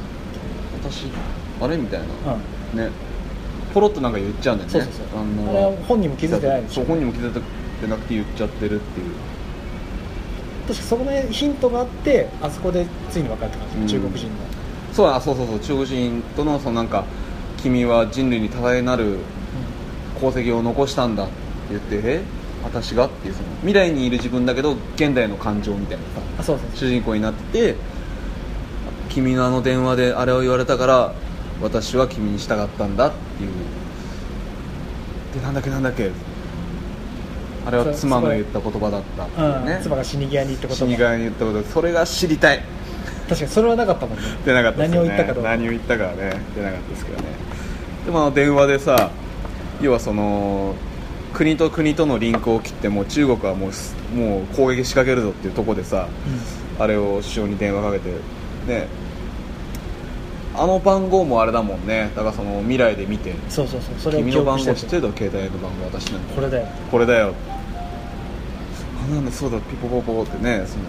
Speaker 1: 私あれみたいな、
Speaker 2: うん、
Speaker 1: ねポロッとなんか言っちゃうんだよね
Speaker 2: そうそうそう、
Speaker 1: あの
Speaker 2: あれは本人も気づいてないでし
Speaker 1: そ
Speaker 2: ょ
Speaker 1: う本人も気づいてなくて言っちゃってるっていう
Speaker 2: 確かそこのヒントがあってあそこでついに分かった感じ、
Speaker 1: うん
Speaker 2: 中国人の
Speaker 1: そうあそうそうそう中国人とのそのなんか君は人類に多大なる功績を残したんだって言ってえ私がっていうその未来にいる自分だけど現代の感情みたいなさ
Speaker 2: あそうそうそ
Speaker 1: 主
Speaker 2: う
Speaker 1: 人公になってて君のあの電話であれを言われたから私は君に従ったんだっていうでなんだっけなんだっけあれは妻の言った言葉だったっていうね、
Speaker 2: うん、妻が死に際に行ってこと
Speaker 1: 死
Speaker 2: も
Speaker 1: に側に言ったことそれが知りたい
Speaker 2: 確かにそれはなかったもんね
Speaker 1: 出なかったですよね
Speaker 2: 何を言ったかどうか
Speaker 1: 何を言ったかはね出なかったですけどねでもあの電話でさ要はその国と国とのリンクを切ってもう中国はもうすもう攻撃仕掛けるぞっていうところでさあれを首相に電話かけてねあの番号もあれだもんねだからその未来で見て
Speaker 2: うんそうそうそうそれを
Speaker 1: 君
Speaker 2: 記
Speaker 1: の番
Speaker 2: 憶して
Speaker 1: 号
Speaker 2: る
Speaker 1: 知ってるだろ携帯の番号私の
Speaker 2: これだよ
Speaker 1: これだよあなんだそうだピポポポってねその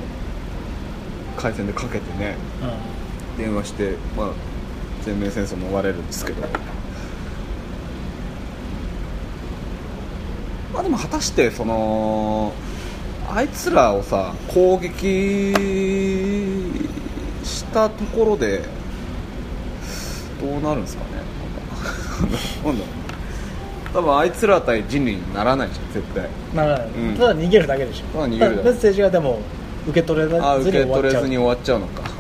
Speaker 1: 回線でかけてね
Speaker 2: う
Speaker 1: 電話して、まあ、全面戦争も終われるんですけど、まあ、でも果たしてそのあいつらをさ攻撃したところでどうなるんですかね なんだなんだろう多分あいつら対人類にならないじゃん絶対
Speaker 2: んならない、
Speaker 1: うん
Speaker 2: ただ逃げるだけでしょ
Speaker 1: ただ逃げるだけ
Speaker 2: メッセージがでも受け取れずに
Speaker 1: あ受け
Speaker 2: 終わ
Speaker 1: 取れ
Speaker 2: っちゃう
Speaker 1: ずに終わっちゃうのかだか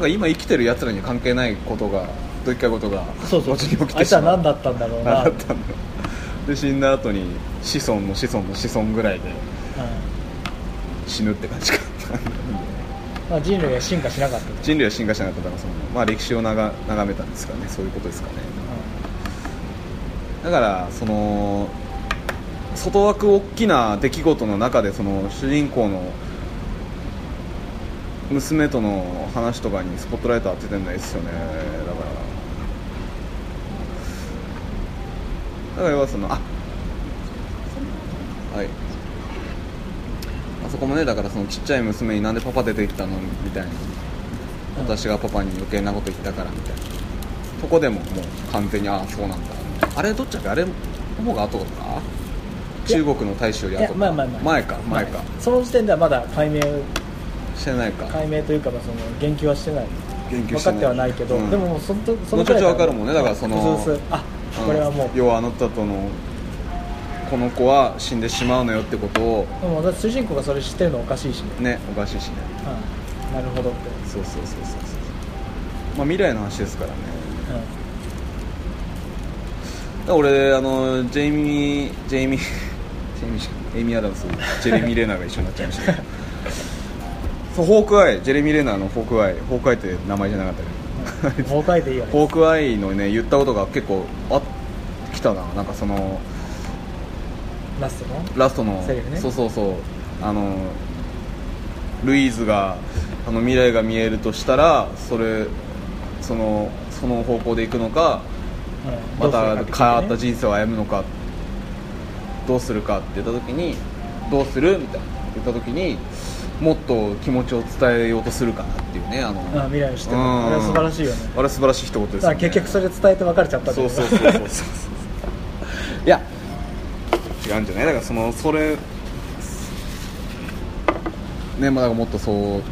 Speaker 1: ら今生きてるやつらに関係ないことがどっかいことが
Speaker 2: うん、そうそう
Speaker 1: 後に起き
Speaker 2: あ
Speaker 1: て
Speaker 2: いつ
Speaker 1: しま
Speaker 2: は
Speaker 1: う
Speaker 2: 何だったんだろう
Speaker 1: 何
Speaker 2: な
Speaker 1: だったんだろうで死んだ後に子孫の子孫の子孫ぐらいで
Speaker 2: うん
Speaker 1: 死ぬって感じか
Speaker 2: まあ、人類が進化しなかったと、
Speaker 1: 人類は進化しなかったからその、まあ、歴史をなが眺めたんですかねそういうことですかねだからその外枠大きな出来事の中でその主人公の娘との話とかにスポットライト当ててないですよねだからだから要はそのあはいあそこもねだからそのちっちゃい娘になんでパパ出てきたのみたいな
Speaker 2: うん
Speaker 1: 私がパパに余計なこと言ったからみたいなそこでももう完全にああそうなんだみたいなあれどっちだっけあれの方が後だった
Speaker 2: いや
Speaker 1: 中国の大使より
Speaker 2: いや
Speaker 1: 後か
Speaker 2: まあまあまあ
Speaker 1: 前か前か、
Speaker 2: まあその時点ではまだ解明
Speaker 1: してないか
Speaker 2: 解明というかまあその言及はしてない
Speaker 1: 言及
Speaker 2: 分
Speaker 1: しな
Speaker 2: か
Speaker 1: い
Speaker 2: ってはないけど、
Speaker 1: うん
Speaker 2: でももうその時その
Speaker 1: 後々わかるもんねだからその
Speaker 2: うすうすあ
Speaker 1: うん
Speaker 2: これはもう、
Speaker 1: 要はあなたとのこの子は死んでしまうのよってことを
Speaker 2: でも私主人公がそれ知ってるのおかしいしね、
Speaker 1: ねおかしいしね
Speaker 2: うん、なるほどって、
Speaker 1: そうそうそうそうそうまあ未来の話ですからね
Speaker 2: う
Speaker 1: ら俺あのジェイミージェイミー ジェイミーじゃんエイミー・アダムスジェレミー・レナーが一緒になっちゃいましたけどそうホークアイジェレミー・レナーのホークアイホークアイって名前じゃなかったけど
Speaker 2: 崩壊でいいよね
Speaker 1: ホークアイのね言ったことが結構あきたななんかその
Speaker 2: ラストの
Speaker 1: ラストの
Speaker 2: セリフね
Speaker 1: そうそうそうあのルイーズがあの未来が見えるとしたらそれそのその方向で行くのかまた変わった人生を歩むのかどうするかって言った時にどうするみたいな言った時にもっと気持ちを伝えようとするかなっていうねあの
Speaker 2: あ未来を知って
Speaker 1: う
Speaker 2: る
Speaker 1: ん
Speaker 2: あれは素晴らしいよね
Speaker 1: あれ素晴らしい一言です
Speaker 2: だか
Speaker 1: よ
Speaker 2: ら
Speaker 1: ね
Speaker 2: 結局それ伝えて別れちゃったんだけ
Speaker 1: そう
Speaker 2: ど
Speaker 1: そうそうそうそうそういや違うんじゃないだからそのそれねまあだからもっとそう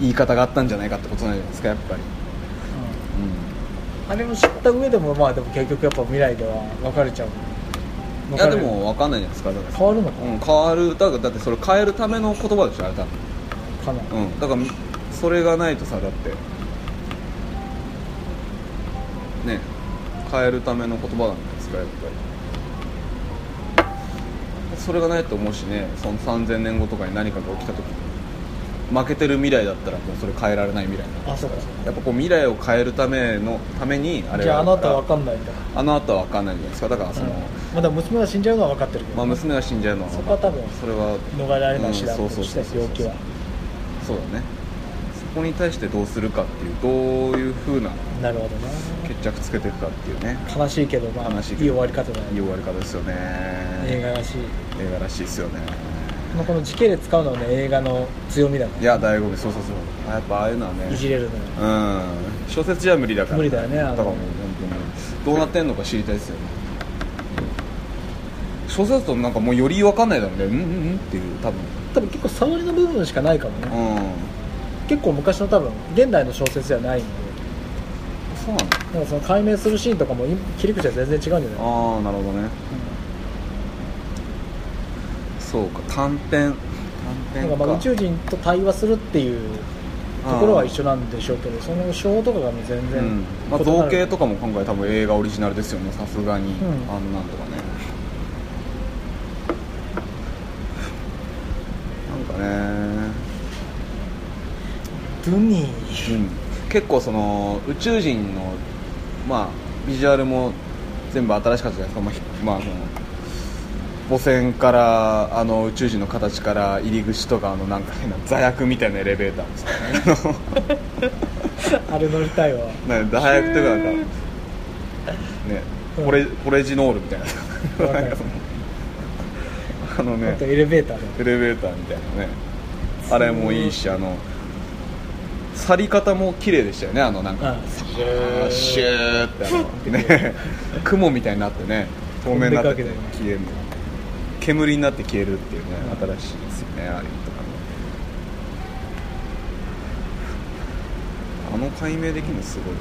Speaker 1: 言い方があったんじゃないかってことなんじゃないですかやっぱり、
Speaker 2: う
Speaker 1: うん
Speaker 2: あれも知った上でもまあでも結局やっぱ未来では別れちゃう
Speaker 1: いや
Speaker 2: 別
Speaker 1: で
Speaker 2: れる
Speaker 1: も分かんないじゃないですかだから
Speaker 2: 変わるのか
Speaker 1: うん、変わるだからだってそれ変えるための言葉でしょあれ多
Speaker 2: かな
Speaker 1: 分、うん、だからそれがないとさだってね変えるための言葉なんじゃないですかやっぱりそれがないと思うしねその3000年後とかに何かが起きた時に負けてる未来だったらもうそれ変えられない未来だ
Speaker 2: あそうかそう
Speaker 1: やっぱこう未来を変えるためのためにあ
Speaker 2: か
Speaker 1: れ
Speaker 2: じゃああ
Speaker 1: が
Speaker 2: な
Speaker 1: るか
Speaker 2: た
Speaker 1: ら
Speaker 2: は分かんないんだ
Speaker 1: あの後は分かんないじゃないですかだからその、
Speaker 2: うんまだ娘が死んじゃうのは分かってるけど
Speaker 1: まあ、娘が死んじゃうのは
Speaker 2: そこは多分
Speaker 1: それは
Speaker 2: 逃れられない手段
Speaker 1: うん
Speaker 2: と
Speaker 1: そう
Speaker 2: し
Speaker 1: そうそうそう
Speaker 2: て病気は
Speaker 1: そうだねそこに対してどうするかっていうどういうふうな
Speaker 2: なるほどね
Speaker 1: 決着つけていくかっていうね
Speaker 2: 悲しいけどまあ
Speaker 1: 悲
Speaker 2: いい
Speaker 1: しいけど
Speaker 2: 終わり方だ
Speaker 1: いい
Speaker 2: ね
Speaker 1: 終わり方ですよね
Speaker 2: 映画らしい
Speaker 1: 映画らしいですよね
Speaker 2: まあこの時系列使うのはね映画の強みだね
Speaker 1: いや醍醐味そうそうそうあやっぱああいうのはね
Speaker 2: いじれるのよ
Speaker 1: うん小説じゃ無理だから
Speaker 2: 無理だよねあ
Speaker 1: だ
Speaker 2: の
Speaker 1: からもう本当にどうなってんのか知りたいですよね小説だとなんかもうより分かんないだろうねうんうんうんっていう多分
Speaker 2: 多分結構触りの部分しかないかもね
Speaker 1: うん
Speaker 2: 結構昔の多分現代の小説じゃないんで
Speaker 1: そうなんだ
Speaker 2: なんかその解明するシーンとかもい切り口は全然違うんじゃない
Speaker 1: ああなるほどねそうか短編短
Speaker 2: なん
Speaker 1: 編か
Speaker 2: かまあ宇宙人と対話するっていうところは一緒なんでしょうけどその手法とかがもう全
Speaker 1: う
Speaker 2: 然、
Speaker 1: んまあ、造形とかも今回多分映画オリジナルですよねさすがに、
Speaker 2: うん
Speaker 1: あんなんとかねなんかね、
Speaker 2: ドゥニー
Speaker 1: うん、結構その宇宙人のまあビジュアルも全部新しかったじゃないですか、まあひまあ、その母船からあの宇宙人の形から入り口とかあのなんか変な座薬みたいなエレベーターですかね
Speaker 2: あれ乗りたいわ
Speaker 1: あのなんか座薬とかなんかね
Speaker 2: うん
Speaker 1: ポレポレジノールみたいな
Speaker 2: わかる
Speaker 1: なんかそのあの
Speaker 2: あと
Speaker 1: ね
Speaker 2: エレベーターで
Speaker 1: エレベーターみたいなねあれもいいしあの去り方も綺麗でしたよねあのなんか、あーシューってあのね雲みたいになってね透明になって
Speaker 2: 飛んでくわけだよね
Speaker 1: 消えるの煙になって消えるっていうね新しいですよねあれとかねあの解明できるのすごいよね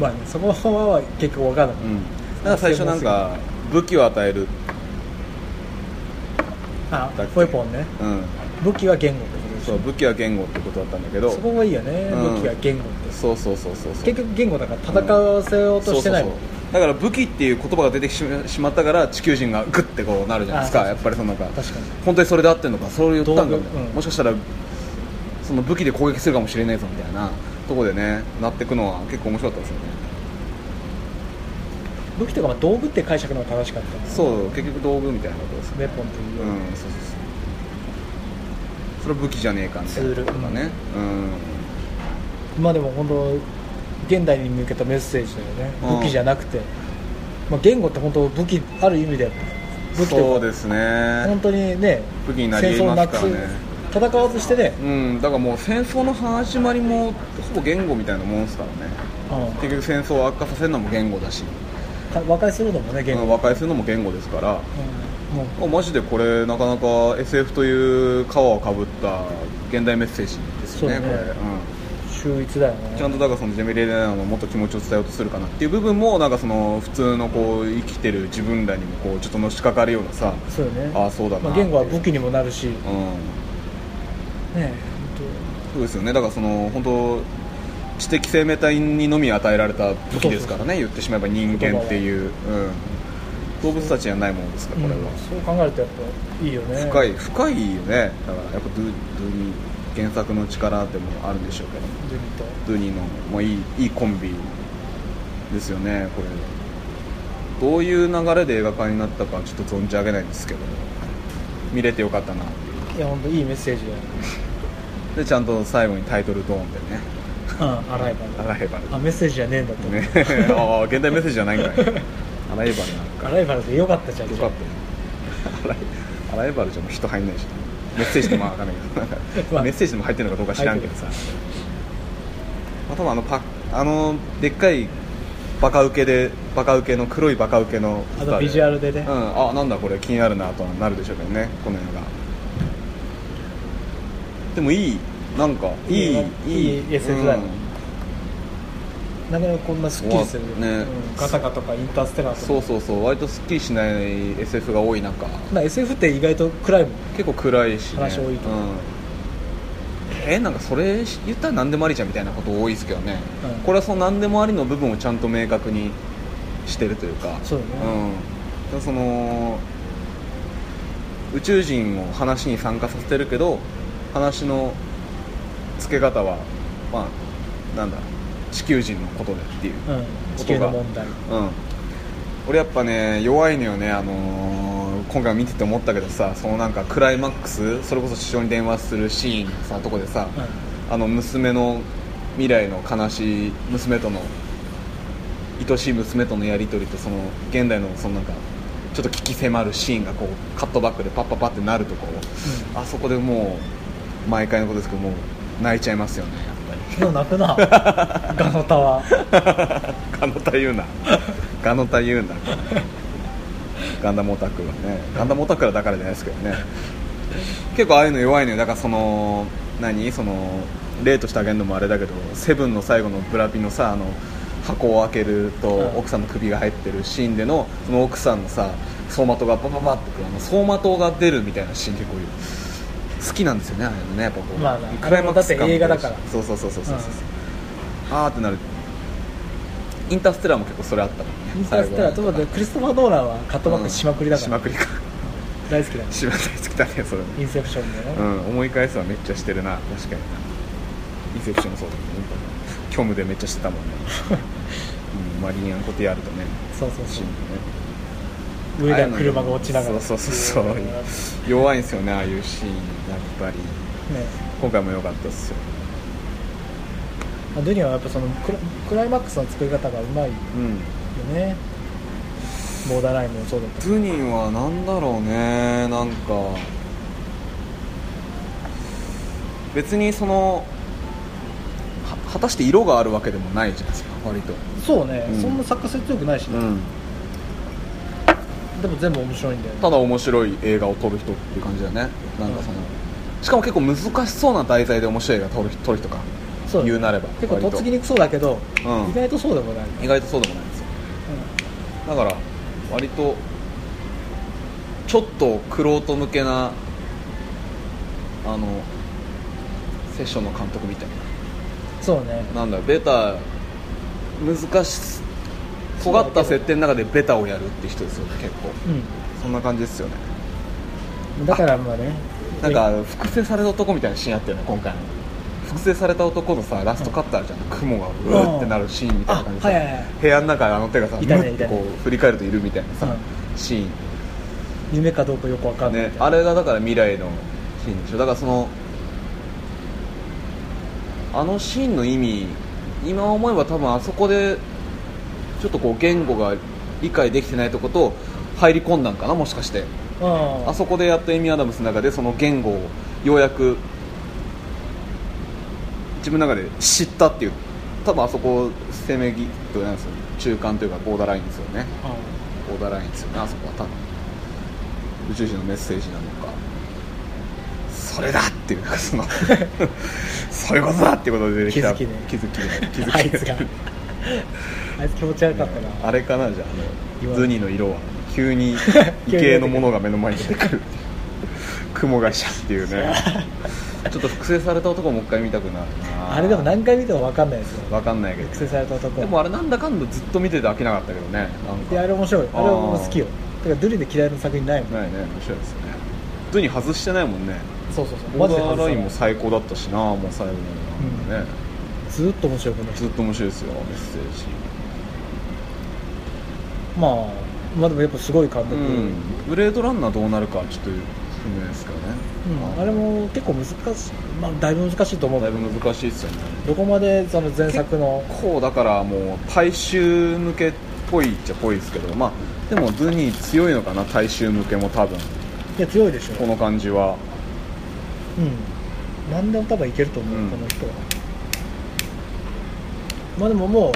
Speaker 2: まあねそこは結構わかんない、
Speaker 1: うんなんか最初なんか武器を与える
Speaker 2: あ
Speaker 1: だっけ
Speaker 2: ポエポンね
Speaker 1: うん
Speaker 2: 武器は言語ってことでし
Speaker 1: そう
Speaker 2: ょ
Speaker 1: 武器は言語ってことだったんだけど
Speaker 2: そこがいいよね、
Speaker 1: うん
Speaker 2: 武器は言語って
Speaker 1: そうそうそうそうそう
Speaker 2: 結局言語だから戦わせようとしてないもん、
Speaker 1: そうそうそうだから武器っていう言葉が出てしましまったから地球人がグッてこうなるじゃないですか
Speaker 2: あ
Speaker 1: やっぱりそのなんか
Speaker 2: 確かに
Speaker 1: 本当にそれで合ってるのかそれを言ったんだみたいな、
Speaker 2: 道具うん
Speaker 1: もしかしたらその武器で攻撃するかもしれないぞみたいなとこでねなってくのは結構面白かったですよね
Speaker 2: 武器とかまあ道具って解釈の方が正しかった
Speaker 1: そう結局道具みたいなことです
Speaker 2: ウェポンというう、
Speaker 1: んそうそうそうそれは武器じゃねえかみたいなとかねうん、
Speaker 2: まあでも本当現代に向けたメッセージだよね、
Speaker 1: うん
Speaker 2: 武器じゃなくて、まあ、言語って本当武器ある意味で武器
Speaker 1: そ
Speaker 2: と
Speaker 1: う
Speaker 2: いうか
Speaker 1: ですね
Speaker 2: 本当にね
Speaker 1: 武器になり得ますからね
Speaker 2: 戦わずしてね、
Speaker 1: うんだからもう戦争の始まりもほぼ言語みたいなもんですからね
Speaker 2: うん
Speaker 1: 結局戦争を悪化させるのも言語だし
Speaker 2: た和解するのもね言語、
Speaker 1: 和解するのも言語ですから
Speaker 2: うんもう
Speaker 1: あマジでこれなかなか SF という皮をかぶった現代メッセージですよね
Speaker 2: そう
Speaker 1: こ
Speaker 2: ね
Speaker 1: れ、
Speaker 2: 秀逸だよ
Speaker 1: う
Speaker 2: ね
Speaker 1: ん、ちゃんとだからそのジェミレーナーのもっと気持ちを伝えようとするかなっていう部分もなんかその普通のこう生きてる自分らにもこうちょっとのしかかるようなさ
Speaker 2: そうよね
Speaker 1: ああそうだな
Speaker 2: まあ、言語は武器にもなるしね
Speaker 1: うん
Speaker 2: え
Speaker 1: そうですよねだからその本当知的生命体にのみ与えられた武器ですからね言ってしまえば人間っていう、うん、動物たちじゃないものですからこれは、
Speaker 2: そう考えるとやっぱいいよね
Speaker 1: 深
Speaker 2: い
Speaker 1: い深いよねだからやっぱドゥドゥニ原作の力でもあるんでしょうけど
Speaker 2: ジュニと
Speaker 1: ドゥニのもういいいいコンビですよねこれどういう流れで映画化になったかちょっと存じ上げないんですけど見れてよかったなっていう
Speaker 2: いや本当いいメッセージだよ、
Speaker 1: でちゃんと最後にタイトルドーンでね
Speaker 2: うん、 アライバ
Speaker 1: ア
Speaker 2: ル
Speaker 1: ライバル
Speaker 2: あメッセージじゃねえんだと、
Speaker 1: ね ああ現代メッセージじゃないんかいアライバルなん
Speaker 2: ア
Speaker 1: か
Speaker 2: ライバルでよかったじゃん
Speaker 1: よかったねアライアライバルじゃもう人入んないしメッセージでもわかんない けど、
Speaker 2: まあ
Speaker 1: メッセージでも入ってるのかどうか知らんけどさ、まあ、多分あのパあのでっかいバカ受けでバカ受けの黒いバカ受けの
Speaker 2: あとビジュアルで
Speaker 1: う
Speaker 2: ね
Speaker 1: ん、、あなんだこれ気になるなとはなるでしょうけどねこの映画でもいいなんかいい
Speaker 2: いいいい SF だよねなかなかこんなすっきりするよ、
Speaker 1: ね
Speaker 2: うん、ガタガとかインターステラーとか
Speaker 1: そうそうそう割とすっきりしない SF が多い中
Speaker 2: まあ SF って意外と暗いもん
Speaker 1: 結構暗いし、ね、
Speaker 2: 話多いと
Speaker 1: うんえなんかそれ言ったら何でもありじゃんみたいなこと多いですけどね、
Speaker 2: うん
Speaker 1: これはその何でもありの部分をちゃんと明確にしてるというか
Speaker 2: そうだね
Speaker 1: うん、その宇宙人を話に参加させてるけど話の付け方はまあなんだ地球人のことでっていう、
Speaker 2: うん、地球の 問題
Speaker 1: うん、俺やっぱね弱いのよね、あのー今回見てて思ったけどさそのなんかクライマックスそれこそ首相に電話するシーンのさとこでさ、あの娘の未来の悲しい娘との愛しい娘とのやり取りとその現代のそのなんかちょっと聞き迫るシーンがこうカットバックでパッパッパってなるところあそこでもう毎回のことですけどもう泣いちゃいますよねやっぱり。
Speaker 2: 昨日泣くなガノタは
Speaker 1: ガノタ言うなガノタ言うなガンダムオタクはねガンダムオタクはだからじゃないですけどね結構ああいうの弱いのよだからその何その例としてあげるのもあれだけどセブンの最後のブラピのさあの箱を開けると
Speaker 2: うん
Speaker 1: 奥さんの首が入ってるシーンでのその奥さんのさ走馬灯がバババってくるあの走馬灯が出るみたいなシーン結構好きなんですよねああいうのねやっぱこう、
Speaker 2: まあまあ
Speaker 1: クライマックス感も出るし
Speaker 2: だって映画だから
Speaker 1: そうそうそうそうそうそう、あーってなるインターステラーも結構それあったもんね
Speaker 2: インターステラー
Speaker 1: 最後
Speaker 2: と
Speaker 1: の
Speaker 2: かクリストファー・ノーランはカットバックしまくりだか
Speaker 1: し
Speaker 2: ら、
Speaker 1: まくりか
Speaker 2: 大好きだね
Speaker 1: しまくり好きだねそれも
Speaker 2: インセプションでね、
Speaker 1: うん思い返すはめっちゃしてるな確かになインセプションもそうだけどね虚無でめっちゃしてたもんね、うん、マリーアン・コティアールとね
Speaker 2: そうそう
Speaker 1: シ
Speaker 2: そ
Speaker 1: ーン
Speaker 2: う
Speaker 1: でね
Speaker 2: 上から車が落ちながら
Speaker 1: そうそうそうそう
Speaker 2: ね
Speaker 1: 弱いんですよねああいうシーンやっぱり今回も良かったっすよ
Speaker 2: まあドゥニアはやっぱそのクラクライマックスの作り方がうまいよ
Speaker 1: うん
Speaker 2: ねボーダーラインもそうだったし
Speaker 1: プニンは何だろうねなんか別にそのは果たして色があるわけでもないじゃないですか割と
Speaker 2: そうね、
Speaker 1: うん
Speaker 2: そんな作家性強くないしね、でも全部面白いんだよね
Speaker 1: ただ面白い映画を撮る人っていう感じだよねなんかその、しかも結構難しそうな題材で面白い映画撮る撮る人か
Speaker 2: そうだね
Speaker 1: 言うなれば
Speaker 2: 結構
Speaker 1: 割
Speaker 2: とっつきにくそうだけど、
Speaker 1: うん
Speaker 2: 意外とそうでもない、
Speaker 1: 意外とそうでもないんですよだから割とちょっとクロート向けなあのセッションの監督みたい
Speaker 2: そうね
Speaker 1: ななんだろうベタ難し尖った設定の中でベタをやるって人ですよね結構
Speaker 2: う
Speaker 1: そんな感じですよね
Speaker 2: んだからまあね
Speaker 1: なんか複製された男みたいなシーンあったよね今回の複製された男のさラストカッターじゃん雲がうーってなるシーンみたいな感じで
Speaker 2: あ
Speaker 1: さ
Speaker 2: はいはいはい
Speaker 1: 部屋の中であの手がさ
Speaker 2: いたね
Speaker 1: ムッ
Speaker 2: い
Speaker 1: て
Speaker 2: たね
Speaker 1: こう振り返るといるみたいな
Speaker 2: う
Speaker 1: さ
Speaker 2: ん
Speaker 1: シーン
Speaker 2: 夢かどうかよくわかんない
Speaker 1: ね
Speaker 2: み、たいな
Speaker 1: あれがだから未来のシーンでしょだからそのあのシーンの意味今思えば多分あそこでちょっとこう言語が理解できてないとこと入り込んだんかなもしかして
Speaker 2: うん
Speaker 1: あそこでやっとエイミー・アダムスの中でその言語をようやく自分の中で知ったっていう多分あそこせめぎとなんですよ中間というかボーダーラインですよね
Speaker 2: う
Speaker 1: ボーダーラインですよねあそこは多分宇宙人のメッセージなのかそれだっていうなんかその そういうことだっていうことで出てきた
Speaker 2: 気づきね
Speaker 1: 気づきね気づきね
Speaker 2: んあいつ があいつ気持ち悪かったな、
Speaker 1: あれかなじゃああ
Speaker 2: 言
Speaker 1: の
Speaker 2: わ
Speaker 1: ズ
Speaker 2: ない
Speaker 1: ニーの色は急に異形のものが目の前に出てくる雲がしゃっていう ねちょっと複製された男もう一回見たくなるな
Speaker 2: あれでも何回見ても分かんないですよ
Speaker 1: わかんないけ
Speaker 2: 複
Speaker 1: ど
Speaker 2: 製された男
Speaker 1: でもあれなんだかんだずっと見てて飽きなかったけどねなん
Speaker 2: いやあ
Speaker 1: か
Speaker 2: れ面白いあれはもう好きよ
Speaker 1: あ
Speaker 2: だからドゥリで嫌いな作品ないもん、
Speaker 1: ないね面白いですよね普通に外してないもんね
Speaker 2: そうそうそう
Speaker 1: ボ
Speaker 2: マ
Speaker 1: ー
Speaker 2: ジで
Speaker 1: ダー
Speaker 2: 外
Speaker 1: ライ
Speaker 2: せ
Speaker 1: ン
Speaker 2: な
Speaker 1: も
Speaker 2: い
Speaker 1: 最高だったしなもう最後のね、
Speaker 2: ずっと面白いこの人
Speaker 1: ずっと面白いですよメッセージ
Speaker 2: まあまあでもやっぱすごい監督、
Speaker 1: うんブレードランナーどうなるかちょっと不明ですからね、
Speaker 2: うんあれも結構難しい、まあ、だいぶ難しいと思う
Speaker 1: だ
Speaker 2: け
Speaker 1: い
Speaker 2: ど
Speaker 1: ぶ難しいですよね
Speaker 2: どこまでその前作の
Speaker 1: こうだからもう大衆向けっぽいっちゃぽいですけどまあでもズニー強いのかな大衆向けも多分
Speaker 2: いや強いでしょ
Speaker 1: この感じは
Speaker 2: うん、何でも多分いけると思う、
Speaker 1: うん
Speaker 2: この人はまあでももう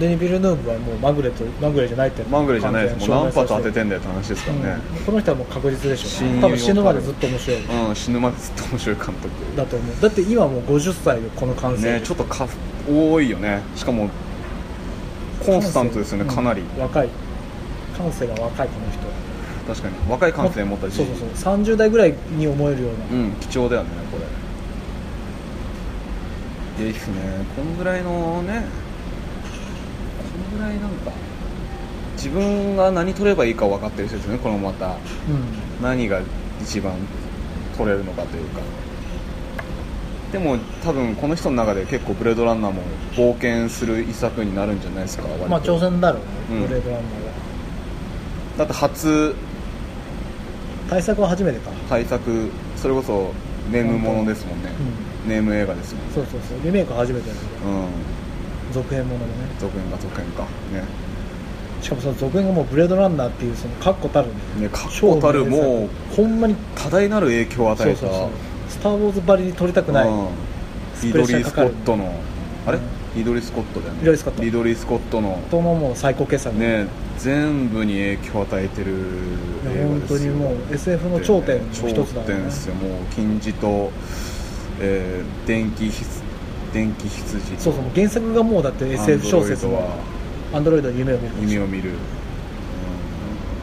Speaker 2: デニ・ビルヌーブはもうまぐれとまぐれじゃないって
Speaker 1: まぐれじゃないですもう何発当てて
Speaker 2: ん
Speaker 1: んだよって話ですからね、
Speaker 2: この人はもう確実でしょ
Speaker 1: 親友を
Speaker 2: 多分死ぬまでずっと面白い
Speaker 1: うん死ぬまでずっと面白い監督
Speaker 2: だと思うだって今もう50歳でこの感性
Speaker 1: ねちょっとか多いよねしかもコンスタントですよね
Speaker 2: うん
Speaker 1: かなり、
Speaker 2: 若い感性が若いこの人は
Speaker 1: 確かに若い感性持ったし、
Speaker 2: そうそうそう30代ぐらいに思えるような、
Speaker 1: うん貴重だよねこれいやいいっすねこんぐらいのねこんぐらいなんか自分が何取ればいいか分かってる人ですねこのまた
Speaker 2: うん
Speaker 1: 何が一番取れるのかというかでも多分この人の中で結構ブレードランナーも冒険する一作になるんじゃないですか割と
Speaker 2: まあ挑戦だろうね、
Speaker 1: うん
Speaker 2: ブレードランナーは
Speaker 1: だって初
Speaker 2: 対策は初めてか、
Speaker 1: 対策それこそネームものですもんね
Speaker 2: う、ん、
Speaker 1: ネーム映画ですもんね
Speaker 2: そうそうそうリメイクは初めてなんで
Speaker 1: うん
Speaker 2: 続編ものでね
Speaker 1: 続編が続編かね
Speaker 2: しかもその続編がもうブレードランナーっていうその確固たるね
Speaker 1: ね過去たるもう
Speaker 2: 超名作ほんまに
Speaker 1: 多大なる影響を与
Speaker 2: そ
Speaker 1: え
Speaker 2: う
Speaker 1: た
Speaker 2: そうそうスター・ウォーズばりに撮りたくない、
Speaker 1: うんリ
Speaker 2: スプ
Speaker 1: ド
Speaker 2: レッ
Speaker 1: リ
Speaker 2: シャ
Speaker 1: ー・
Speaker 2: ーか
Speaker 1: ス
Speaker 2: か
Speaker 1: コ
Speaker 2: る
Speaker 1: ットのあれリドリー・スコットだよね
Speaker 2: リドリースコット
Speaker 1: リドリー・スコットの
Speaker 2: とのもう最高傑作
Speaker 1: ね全部に影響を与えてる
Speaker 2: いや
Speaker 1: 映画
Speaker 2: 本
Speaker 1: です
Speaker 2: 当
Speaker 1: よ
Speaker 2: にもう SF の頂点の一つ
Speaker 1: 頂
Speaker 2: だもん
Speaker 1: 点
Speaker 2: ね
Speaker 1: ですよもう金字と、えー電気ひつ電気羊
Speaker 2: そうそうもう原作がもうだって SF 小説
Speaker 1: アンドロイ
Speaker 2: の「アンドロイドの夢を見
Speaker 1: ドは夢
Speaker 2: る
Speaker 1: を見る、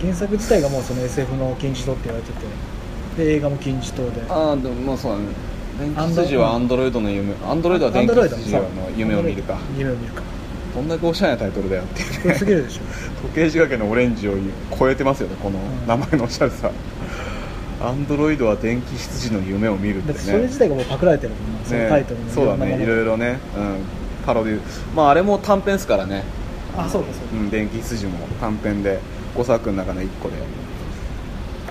Speaker 2: 原作自体がもうその SF の金字塔って言われててで映画も金字塔で
Speaker 1: ああでもまあそうだね電
Speaker 2: ア
Speaker 1: 気
Speaker 2: ンド
Speaker 1: 筋はアンドロイドの夢アンドロイドは電気筋はの夢を見るか
Speaker 2: そう夢を見るか
Speaker 1: どんだけおしゃれなタイトルだよっていう
Speaker 2: 強すぎるでしょ
Speaker 1: 時計仕掛けのオレンジを超えてますよねこの
Speaker 2: ん
Speaker 1: 名前のおしゃれさアンドロイドは電気羊の夢を見るって
Speaker 2: だっ
Speaker 1: ね
Speaker 2: てそれ自体がもうパクられてるもんな、その
Speaker 1: ね
Speaker 2: タイトルの
Speaker 1: そうだねいろいろね、うん、パロディまああれも短編ですからね、
Speaker 2: あそうかそう
Speaker 1: う
Speaker 2: か
Speaker 1: ん、電気羊も短編で5作の中の1個で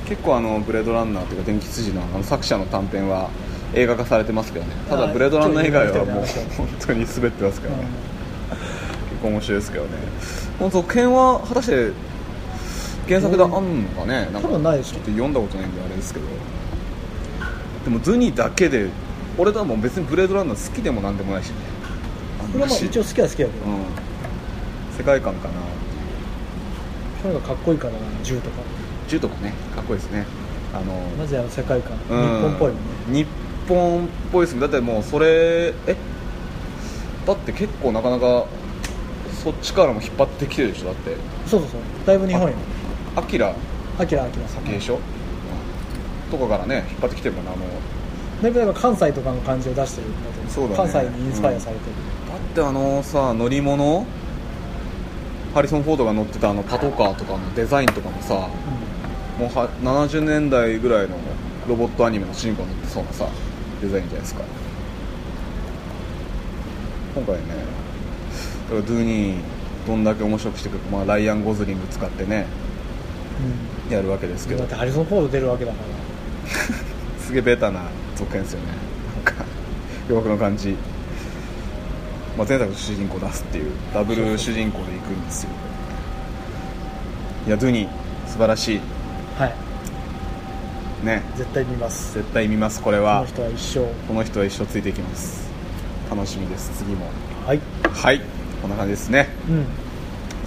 Speaker 1: 結構あのブレードランナーというか電気羊のあの作者の短編は映画化されてますけどねただ
Speaker 2: あー
Speaker 1: ブレードランナー以外はもう
Speaker 2: ちょっと見ました
Speaker 1: 本当に滑ってますからね、
Speaker 2: う
Speaker 1: 結構面白いですけどねこの続編は果たして原作であんのかね、なん
Speaker 2: ん
Speaker 1: か
Speaker 2: 多分ないでし
Speaker 1: ちょっ
Speaker 2: ょ
Speaker 1: と読んだことないんであれですけどでもズニだけで俺はもう別にブレードランナー好きでもなんでもないしね
Speaker 2: これはまあ一応好きは好きだけ
Speaker 1: う
Speaker 2: ど、
Speaker 1: ん世界観かな
Speaker 2: それがかっこいいからな銃とか
Speaker 1: 銃とかねかっこいいですねあの
Speaker 2: マジであの世界観、
Speaker 1: うん
Speaker 2: 日本っぽいもんね
Speaker 1: 日本っぽいですねだってもうそれえだって結構なかなかそっちからも引っ張ってきてるでしょだって
Speaker 2: そうそうそうだいぶ日本よ
Speaker 1: アキラ
Speaker 2: アキラアキラさん
Speaker 1: 先でしょ、とかからね引っ張ってきてるもんねあのだ
Speaker 2: だいぶだから関西とかの感じを出してるんだと思
Speaker 1: そうだね
Speaker 2: 関西にインスパイアされてる、
Speaker 1: ってあのさ乗り物ハリソン・フォードが乗ってたあのパトカーとかのデザインとかもさもうは70年代ぐらいのロボットアニメの主人公になってそうなさデザインじゃないですか今回ねだからドゥーニーどんだけ面白くしてくるか、まあ、ライアン・ゴズリング使ってね
Speaker 2: うん
Speaker 1: やるわけですけ
Speaker 2: うん、だ
Speaker 1: ど
Speaker 2: ってハリソン・フォード出るわけだか
Speaker 1: すげえベタな続編ですよねなんか 洋服の感じ、まあ、前作の主人公出すっていうダブル主人公でいくんですよいやドゥニー素晴らしい
Speaker 2: らはい
Speaker 1: ね
Speaker 2: 絶対見ます
Speaker 1: 絶対見ますこれ
Speaker 2: この
Speaker 1: は
Speaker 2: 人は一生
Speaker 1: この人は一生ついていきます楽しみです次も
Speaker 2: はい
Speaker 1: はいこんな感じですね
Speaker 2: うん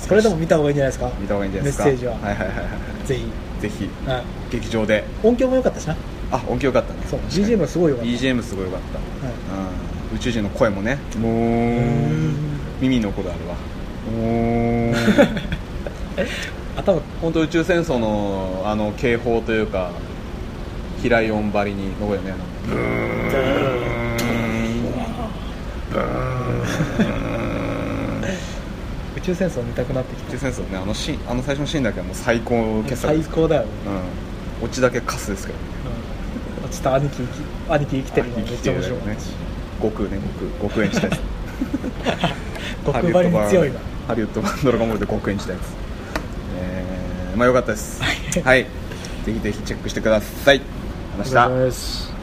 Speaker 2: これでも見た方がいいんじゃないですか
Speaker 1: 見た方がいいんじゃないですか
Speaker 2: メッセージは
Speaker 1: はいはいはいは
Speaker 2: ぜひ、
Speaker 1: いぜひ
Speaker 2: はい、
Speaker 1: 劇場で
Speaker 2: 音響も良かったしな
Speaker 1: あ音響よかったね
Speaker 2: そう
Speaker 1: 確かに
Speaker 2: BGM すごい良かった、
Speaker 1: BGM すごいよかった
Speaker 2: はい
Speaker 1: うん宇宙人の声もねもうん耳のことあるわも う
Speaker 2: 頭
Speaker 1: 本当宇宙戦争のあの警報というか平井音張りにどこやね
Speaker 2: 宇宙戦争見たくなってきて
Speaker 1: 宇宙戦争ねあのシーンあの最初のシーンだけはもう最高の傑作
Speaker 2: 最
Speaker 1: です
Speaker 2: 高だよね、
Speaker 1: うん、オチだけカスですけど
Speaker 2: うん、ちょっと兄貴生き兄貴生きてるのめっちゃ面白かったし
Speaker 1: 悟空ね悟空悟空演した やつ
Speaker 2: 極張りに強いな
Speaker 1: ハリウッド版ハリウッド版ドラゴンボールで悟空演したやつえー、まあよかったですはいぜひぜひチェックしてくださいありがとうございました
Speaker 3: です